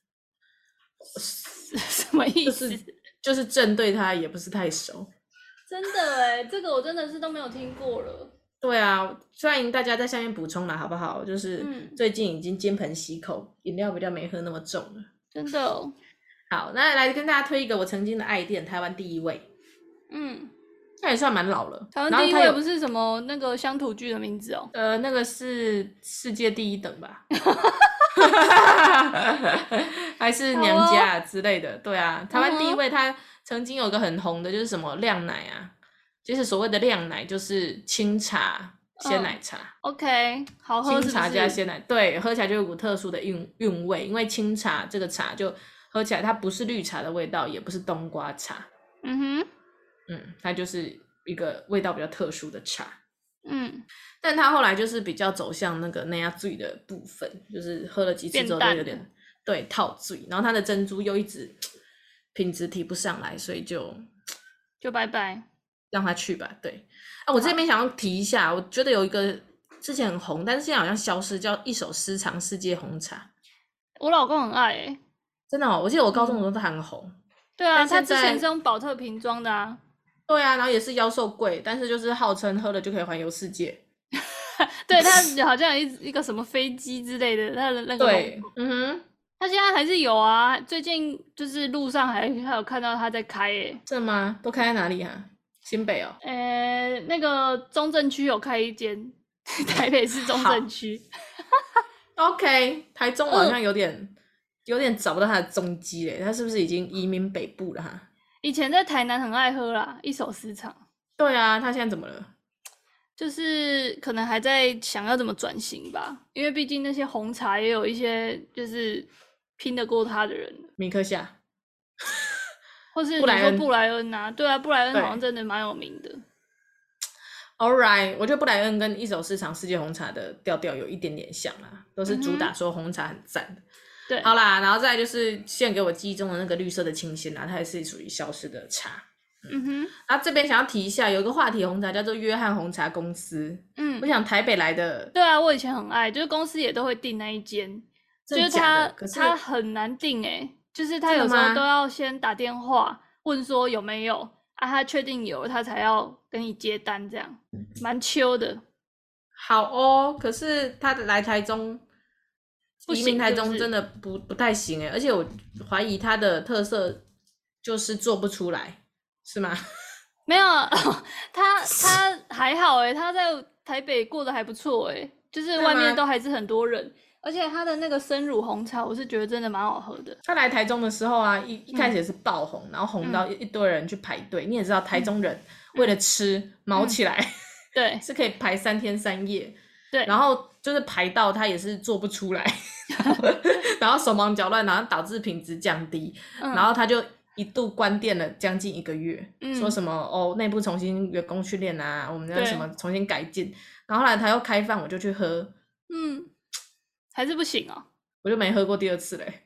Speaker 1: 什么意
Speaker 3: 就是就是正对他也不是太熟。
Speaker 1: 真的哎、这个我真的是都没有听过了。
Speaker 3: 对啊，欢迎大家在下面补充啦，好不好？就是
Speaker 1: 嗯
Speaker 3: 最近已经金盆洗口，饮料比较没喝那么重了。
Speaker 1: 真的、哦，
Speaker 3: 好，那来跟大家推一个我曾经的爱店，台湾第一位，
Speaker 1: 嗯，
Speaker 3: 那也算蛮老了。
Speaker 1: 台湾
Speaker 3: 然后
Speaker 1: 第一
Speaker 3: 它
Speaker 1: 位
Speaker 3: 有
Speaker 1: 不是什么那个乡土剧的名字哦，
Speaker 3: 呃，那个是世界第一等吧， 还是娘
Speaker 1: 哦
Speaker 3: 家之类的？对啊，台湾
Speaker 1: 嗯
Speaker 3: 第一位，他曾经有一个很红的，就是什么亮奶啊，就是所谓的亮奶，就是清茶鲜奶茶，
Speaker 1: OK，好喝嗯哦是
Speaker 3: 清
Speaker 1: 不
Speaker 3: 茶加
Speaker 1: 是？
Speaker 3: 鲜奶，对，喝起来就有股特殊的韵韵味，因为清茶这个茶就喝起来它不是绿茶的味道，也不是冬瓜茶，
Speaker 1: 嗯哼，
Speaker 3: 嗯，它就是一个味道比较特殊的茶。
Speaker 1: 嗯，
Speaker 3: 但他后来就是比较走向那个那样醉的部分，就是喝了几次之后就有
Speaker 1: 变淡
Speaker 3: 点对套醉，然后他的珍珠又一直品质提不上来，所以就
Speaker 1: 就拜拜。
Speaker 3: 让他去吧。对，啊，我这边想要提一下，我觉得有一个之前很红，但是现在好像消失，叫一首诗藏世界红茶，
Speaker 1: 我老公很爱哎、
Speaker 3: 真的、哦，我记得我高中的时候它很红。
Speaker 1: 对啊，
Speaker 3: 但
Speaker 1: 他
Speaker 3: 现
Speaker 1: 之前
Speaker 3: 在
Speaker 1: 是用宝特瓶装的 啊，
Speaker 3: 对啊，然后也是妖兽贵，但是就是号称喝了就可以环游世界。
Speaker 1: 对他好像有一一个什么飞机之类的，他的那个
Speaker 3: 对，嗯哼，
Speaker 1: 他现在还是有啊，最近就是路上还还有看到他在开欸诶、
Speaker 3: 是吗？都开在哪里啊？新北哦。
Speaker 1: 欸，呃，那个中正区有开一间， 台北市中正区，
Speaker 3: OK，台中好像有点、有点找不到它的踪迹嘞，它是不是已经移民北部了哈？
Speaker 1: 以前在台南很爱喝啦，一手私藏，
Speaker 3: 对啊，它现在怎么了？
Speaker 1: 就是可能还在想要怎么转型吧，因为毕竟那些红茶也有一些就是拼得过他的人，
Speaker 3: 米克夏，
Speaker 1: 或是
Speaker 3: 布
Speaker 1: 你
Speaker 3: 莱
Speaker 1: 说
Speaker 3: 恩
Speaker 1: 布莱恩啊，对啊，布莱恩
Speaker 3: 对
Speaker 1: 好像真的蛮有名的，
Speaker 3: All right，我觉得布莱恩跟一手市场世界红茶的调调有一点点像啦，都是主
Speaker 1: 嗯
Speaker 3: 打说红茶很赞的。
Speaker 1: 对，
Speaker 3: 好啦，然后再来就是献给我记忆中的那个绿色的清新啦，它也是属于消失的茶。
Speaker 1: 嗯哼，
Speaker 3: 然后这边想要提一下，有一个话题红茶叫做约翰红茶公司，
Speaker 1: 嗯
Speaker 3: 我，想台北来的，
Speaker 1: 对啊，我以前很爱，就是公司也都会订那一间，就
Speaker 3: 真的假
Speaker 1: 他
Speaker 3: 的可是
Speaker 1: 他很难订哎、就是他
Speaker 3: 真
Speaker 1: 有
Speaker 3: 的
Speaker 1: 时候
Speaker 3: 吗
Speaker 1: 都要先打电话问说有没有，啊，他确定有了他才要跟你接单，这样
Speaker 3: 嗯
Speaker 1: 蛮秋的。
Speaker 3: 好哦，可是他来台中，
Speaker 1: 不
Speaker 3: 移
Speaker 1: 行
Speaker 3: 民台
Speaker 1: 是不
Speaker 3: 中
Speaker 1: 是
Speaker 3: 真的不不太行哎，而且我怀疑他的特色就是做不出来，是吗？
Speaker 1: 没有， 他他还好哎、他在台北过得还不错哎、就是
Speaker 3: 对
Speaker 1: 外
Speaker 3: 吗
Speaker 1: 面都还是很多人，而且他的那个生乳红茶，我是觉得真的蛮好喝的。
Speaker 3: 他来台中的时候啊，一一开始也是爆红，然后红到一一堆人去排队。你也知道，台中人为了吃毛起来、
Speaker 1: 对
Speaker 3: 是可以排三天三夜，
Speaker 1: 对，
Speaker 3: 然后就是排到他也是做不 出来，然后手忙脚乱，然后导致品质降低，
Speaker 1: 嗯
Speaker 3: 然后他就一度关店了将近一个月，
Speaker 1: 嗯
Speaker 3: 说什么哦内部重新员工训练啊，我们要
Speaker 1: 对
Speaker 3: 什么重新改进，然后后来他又开饭，我就去喝，
Speaker 1: 嗯，还是不行哦，
Speaker 3: 我就没喝过第二次嘞。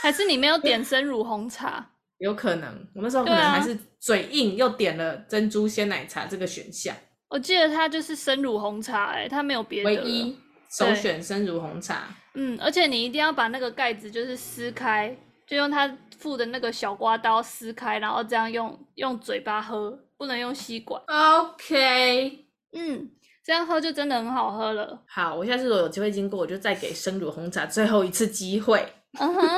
Speaker 1: 还是你没有
Speaker 3: 啊
Speaker 1: 点生乳红茶？
Speaker 3: 有可能，我那时候可
Speaker 1: 对啊
Speaker 3: 能还是嘴硬，又点了珍珠鲜奶茶这个选项，
Speaker 1: 我记得它就是生乳红茶、欸，哎，它没有别的
Speaker 3: 唯
Speaker 1: 了。
Speaker 3: 一首选生乳红茶。
Speaker 1: 嗯，而且你一定要把那个盖子就是撕开，就用它附的那个小刮刀撕开，然后这样用用嘴巴喝，不能用吸管。
Speaker 3: OK，
Speaker 1: 嗯，这样喝就真的很好喝了。
Speaker 3: 好，我下次如果有机会经过，我就再给生乳红茶最后一次机会。
Speaker 1: 嗯哼，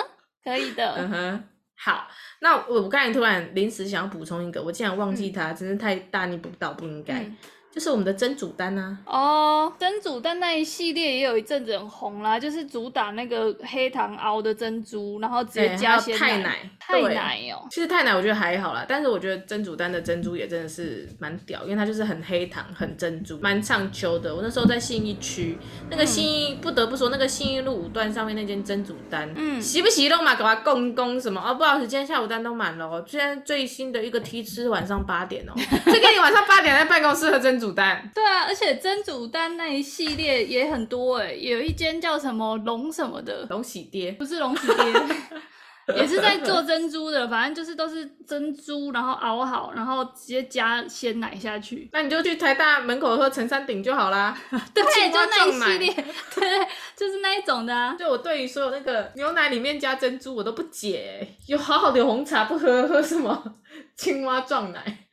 Speaker 1: 可以
Speaker 3: 嗯
Speaker 1: 的。
Speaker 3: 哼，好，那我我刚才突然临时想要补充一个，我竟然忘记它，真是太大逆不道，不应该。
Speaker 1: 嗯
Speaker 3: 就是我们的蒸煮丹啊，
Speaker 1: 哦，珍珠蛋那一系列也有一阵子很红啦，就是主打那个黑糖熬的珍珠，然后直接
Speaker 3: 对
Speaker 1: 加
Speaker 3: 还有
Speaker 1: 鲜
Speaker 3: 哎太
Speaker 1: 奶。
Speaker 3: 奶，
Speaker 1: 太
Speaker 3: 对
Speaker 1: 奶哦，
Speaker 3: 其实太奶我觉得还好啦，但是我觉得珍珠丹的珍珠也真的是蛮屌，因为它就是很黑糖、很珍珠，蛮上秋的。我那时候在信义区，那个信义、不得不说，那个信义路五段上面那间珍珠丹，
Speaker 1: 嗯
Speaker 3: 洗不洗弄嘛，给它供供什么哦，不好意思，今天下午单都满了哦。现在最新的一个梯吃晚上八点哦，这给你晚上八点在办公室喝珍珠丹，
Speaker 1: 对啊，而且珍珠丹那一系列也很多哎、有一间叫什么龙什么的，
Speaker 3: 龙喜爹
Speaker 1: 不是龙 子爹，也是在做珍珠的，反正就是都是珍珠，然后熬好，然后直接加鲜奶下去。
Speaker 3: 那你就去台大门口喝陈山顶就好啦。
Speaker 1: 对，
Speaker 3: 青
Speaker 1: 就
Speaker 3: 蛙
Speaker 1: 那一
Speaker 3: 撞奶
Speaker 1: 系 列，对，就是那一种的啊。
Speaker 3: 就我对于所有那个牛奶里面加珍珠，我都不解欸，有好好的红茶不喝，喝什么 青蛙撞奶？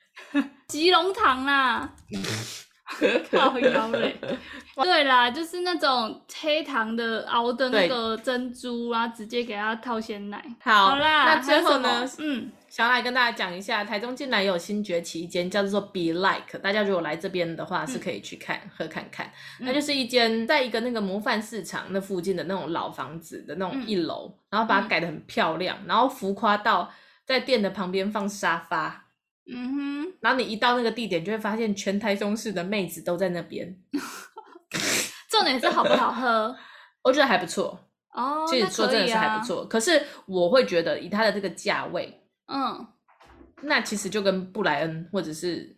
Speaker 1: 吉隆糖 啦，靠腰嘞。对啦，就是那种黑糖的熬的那
Speaker 3: 对
Speaker 1: 个珍珠啊，直接给它套鲜奶。
Speaker 3: 好
Speaker 1: 啦，
Speaker 3: 那最后
Speaker 1: 还有
Speaker 3: 呢
Speaker 1: 什，么嗯，
Speaker 3: 想来跟大家讲一下，台中近来有新崛起一间叫做 Be Like，大家如果来这边的话是可以去看、喝看看。
Speaker 1: 嗯
Speaker 3: 那就是一间在一个那个模范市场那附近的那种老房子的那种
Speaker 1: 嗯
Speaker 3: 一楼，然后把它改得很漂亮，然后浮夸到在店的旁边放沙发。
Speaker 1: 嗯
Speaker 3: 然后你一到那个地点，就会发现全台中市的妹子都在那边，
Speaker 1: 哼，重点是好不好喝
Speaker 3: 我觉得还不错。
Speaker 1: 哦。
Speaker 3: 其
Speaker 1: 那
Speaker 3: 实说
Speaker 1: 可
Speaker 3: 真的
Speaker 1: 以
Speaker 3: 是还
Speaker 1: 啊
Speaker 3: 不。错，可是我会觉得以它的这个价位，
Speaker 1: 嗯，
Speaker 3: 那其实就跟布莱恩或者是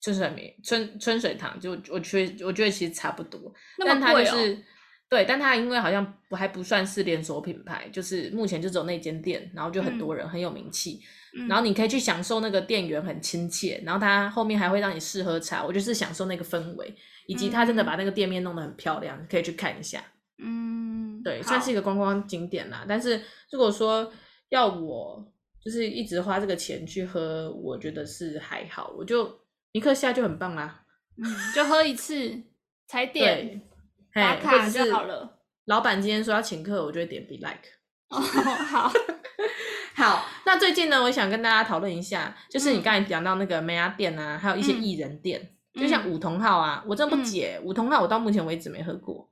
Speaker 3: 春水梅、春春水堂，就我觉得我觉得其实差不多，
Speaker 1: 那
Speaker 3: 但
Speaker 1: 么
Speaker 3: 它
Speaker 1: 贵
Speaker 3: 就
Speaker 1: 哦。
Speaker 3: 是对，但它因为好像不还不算是连锁品牌，就是目前就只有那间店，然后就很多人、很有名气，
Speaker 1: 嗯
Speaker 3: 然后你可以去享受那个店员很亲切，然后他后面还会让你试喝茶，我就是享受那个氛围，以及他真的把那个店面弄得很漂亮，可以去看一下。
Speaker 1: 嗯，
Speaker 3: 对，算是一
Speaker 1: 好
Speaker 3: 个观光景点啦。但是如果说要我就是一直花这个钱去喝，我觉得是还好，我就一克夏就很棒啦。
Speaker 1: 嗯，就喝一 次踩点
Speaker 3: 对，嘿
Speaker 1: 打
Speaker 3: 或
Speaker 1: 卡
Speaker 3: 者
Speaker 1: 就是好 了。
Speaker 3: 老板今天说要请客，我就会点 be like。
Speaker 1: 哦，好，
Speaker 3: 好，那最近呢，我想跟大家讨论一下，就是你
Speaker 1: 嗯
Speaker 3: 刚才讲到那个美亚店啊，还有一些
Speaker 1: 嗯
Speaker 3: 艺人店，就
Speaker 1: 嗯
Speaker 3: 像五桐号啊，我真的不解，五桐号我到目前为止没喝过。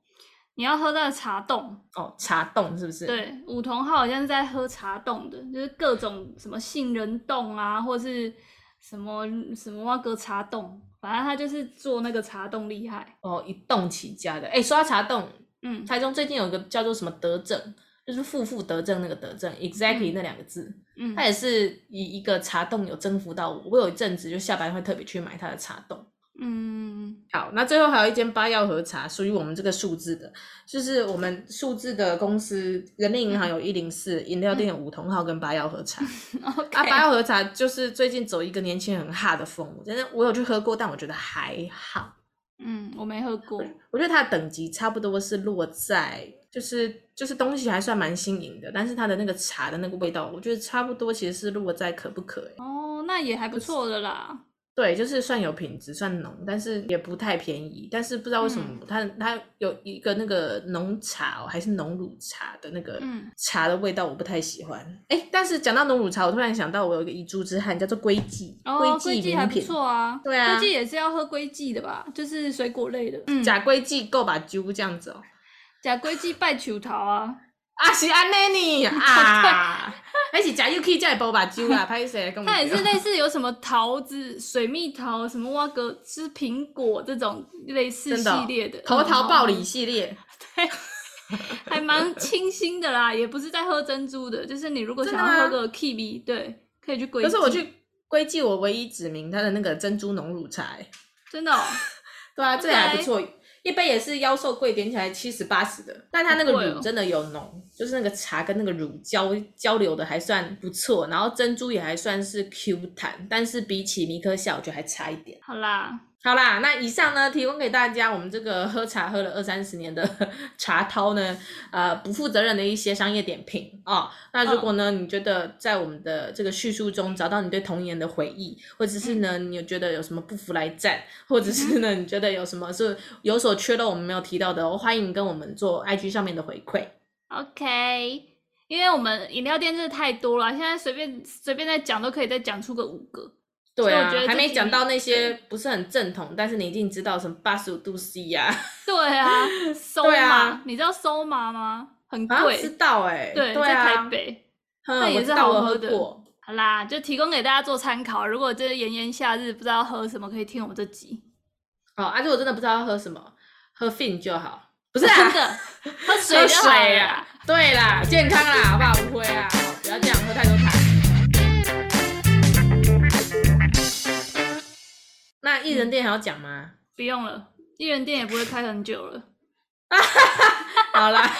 Speaker 1: 你要喝到茶冻，
Speaker 3: 哦，茶冻是不是？，
Speaker 1: 对，五桐号好像是在喝茶冻的，就是各种什么杏仁冻啊，或是什么什么蛙哥茶冻，反正他就是做那个茶冻厉害。
Speaker 3: 哦，一冻起家的。哎、说到茶冻，
Speaker 1: 嗯，
Speaker 3: 台中最近有一个叫做什么德政，就是负负得正那个德政，exactly 那两个字，
Speaker 1: 嗯
Speaker 3: 它，也是以一个茶冻有征服到我。我有一阵子就下班会特别去买它的茶冻。
Speaker 1: 嗯，
Speaker 3: 好，那最后还有一间八药和茶，属于我们这个数字的，就是我们数字的公司，人力银行有一零四，饮料店有五同号跟八药和 茶。啊，
Speaker 1: 嗯
Speaker 3: 八
Speaker 1: OK，
Speaker 3: 药和茶就是最近走一个年轻人很哈的风，真的我有去喝过，但我觉得还好。
Speaker 1: 嗯，我没喝过，
Speaker 3: 我觉得它的等级差不多是落在，就是就是东西还算蛮新颖的，但是它的那个茶的那个味道，我觉得差不多其实是落在可不可、欸。
Speaker 1: 哦，那那也还不错的啦。
Speaker 3: 对，就是算有品质，算浓，但是也不太便宜。但是不知道为什么，
Speaker 1: 嗯
Speaker 3: 它它有一个那个浓茶、哦、还是浓乳茶的那个
Speaker 1: 嗯
Speaker 3: 茶的味道，我不太喜欢。哎、但是讲到浓乳茶，我突然想到，我有一个遗珠之憾，叫做龟记，
Speaker 1: 哦，
Speaker 3: 记
Speaker 1: 龟记还
Speaker 3: 名
Speaker 1: 不
Speaker 3: 品，
Speaker 1: 错啊，
Speaker 3: 对啊
Speaker 1: 龟记也是要喝龟记的吧，就是水果类的。嗯，
Speaker 3: 假龟记够把揪这样子哦。
Speaker 1: 假龟记拜球桃啊，
Speaker 3: 啊是安尼 呢啊，还是假 UK 才会包把揪 啊，拍谁跟我？
Speaker 1: 它也是类似有什么桃子、水蜜桃、什么挖格，就是苹果这种类似
Speaker 3: 真的哦
Speaker 1: 系列的。
Speaker 3: 头桃暴
Speaker 1: 嗯
Speaker 3: 李系列，
Speaker 1: 还蛮清新的啦，也不是在喝珍珠的，就是你如果
Speaker 3: 真
Speaker 1: 想
Speaker 3: 的
Speaker 1: 要
Speaker 3: 吗
Speaker 1: 喝个 kiwi，对，可以去龟记。
Speaker 3: 可是我去龟记，我唯一指明它的那个珍珠浓乳茶、欸
Speaker 1: 真的、哦，
Speaker 3: 对啊，这个还不
Speaker 1: OK
Speaker 3: 错。一杯也是妖兽贵，点起来七十八十的，但它那个
Speaker 1: 好贵
Speaker 3: 乳
Speaker 1: 哦
Speaker 3: 真的有浓，就是那个茶跟那个乳交交流的还算不错，然后珍珠也还算是 Q 弹，但是比起米克夏，我觉得还差一点。
Speaker 1: 好啦，
Speaker 3: 好啦，那以上呢，提供给大家我们这个喝茶喝了二三十年的 茶涛呢，呃，不负责任的一些商业点评啊、哦。那如果呢，
Speaker 1: 嗯
Speaker 3: 你觉得在我们的这个叙述中找到你对童年的回忆，或者是
Speaker 1: 嗯
Speaker 3: 呢，你有觉得有什么不服来战，或者是呢，你觉得有什么是有所缺漏我们没有提到的、哦，欢迎跟我们做 IG 上面的回馈。
Speaker 1: OK，因为我们饮料店真的太多了，现在随便随便再讲都可以再讲出个五个。
Speaker 3: 对
Speaker 1: 所以我
Speaker 3: 啊
Speaker 1: 觉得，这
Speaker 3: 还没
Speaker 1: 集
Speaker 3: 讲到那些不是很正统，但是你一定知道什么八十五度 C 呀、
Speaker 1: 对啊，收
Speaker 3: 对啊
Speaker 1: 麻，你知道收麻吗？很
Speaker 3: 啊，
Speaker 1: 贵，
Speaker 3: 知道哎、
Speaker 1: 对，
Speaker 3: 对
Speaker 1: 在台
Speaker 3: 啊，
Speaker 1: 北。
Speaker 3: 嗯
Speaker 1: 那
Speaker 3: 我
Speaker 1: 也
Speaker 3: 知
Speaker 1: 是
Speaker 3: 道
Speaker 1: 好
Speaker 3: 我
Speaker 1: 喝
Speaker 3: 喝
Speaker 1: 的
Speaker 3: 过。
Speaker 1: 好啦，就提供给大家做参考。如果这炎炎夏日不知道喝什么，可以听我们这集。
Speaker 3: 哦，而且我真的不知道要喝什么，喝 fin 就好，不
Speaker 1: 不
Speaker 3: 是、
Speaker 1: 真
Speaker 3: 啊、
Speaker 1: 的，喝水
Speaker 3: 喝
Speaker 1: 就好了
Speaker 3: 水
Speaker 1: 啦
Speaker 3: 啊，对啦，健康啦，好不好？不会啊，哦不要这样喝太多茶。那一人店还要讲吗？
Speaker 1: 不用了，一人店也不会开很久了。
Speaker 3: 好啦，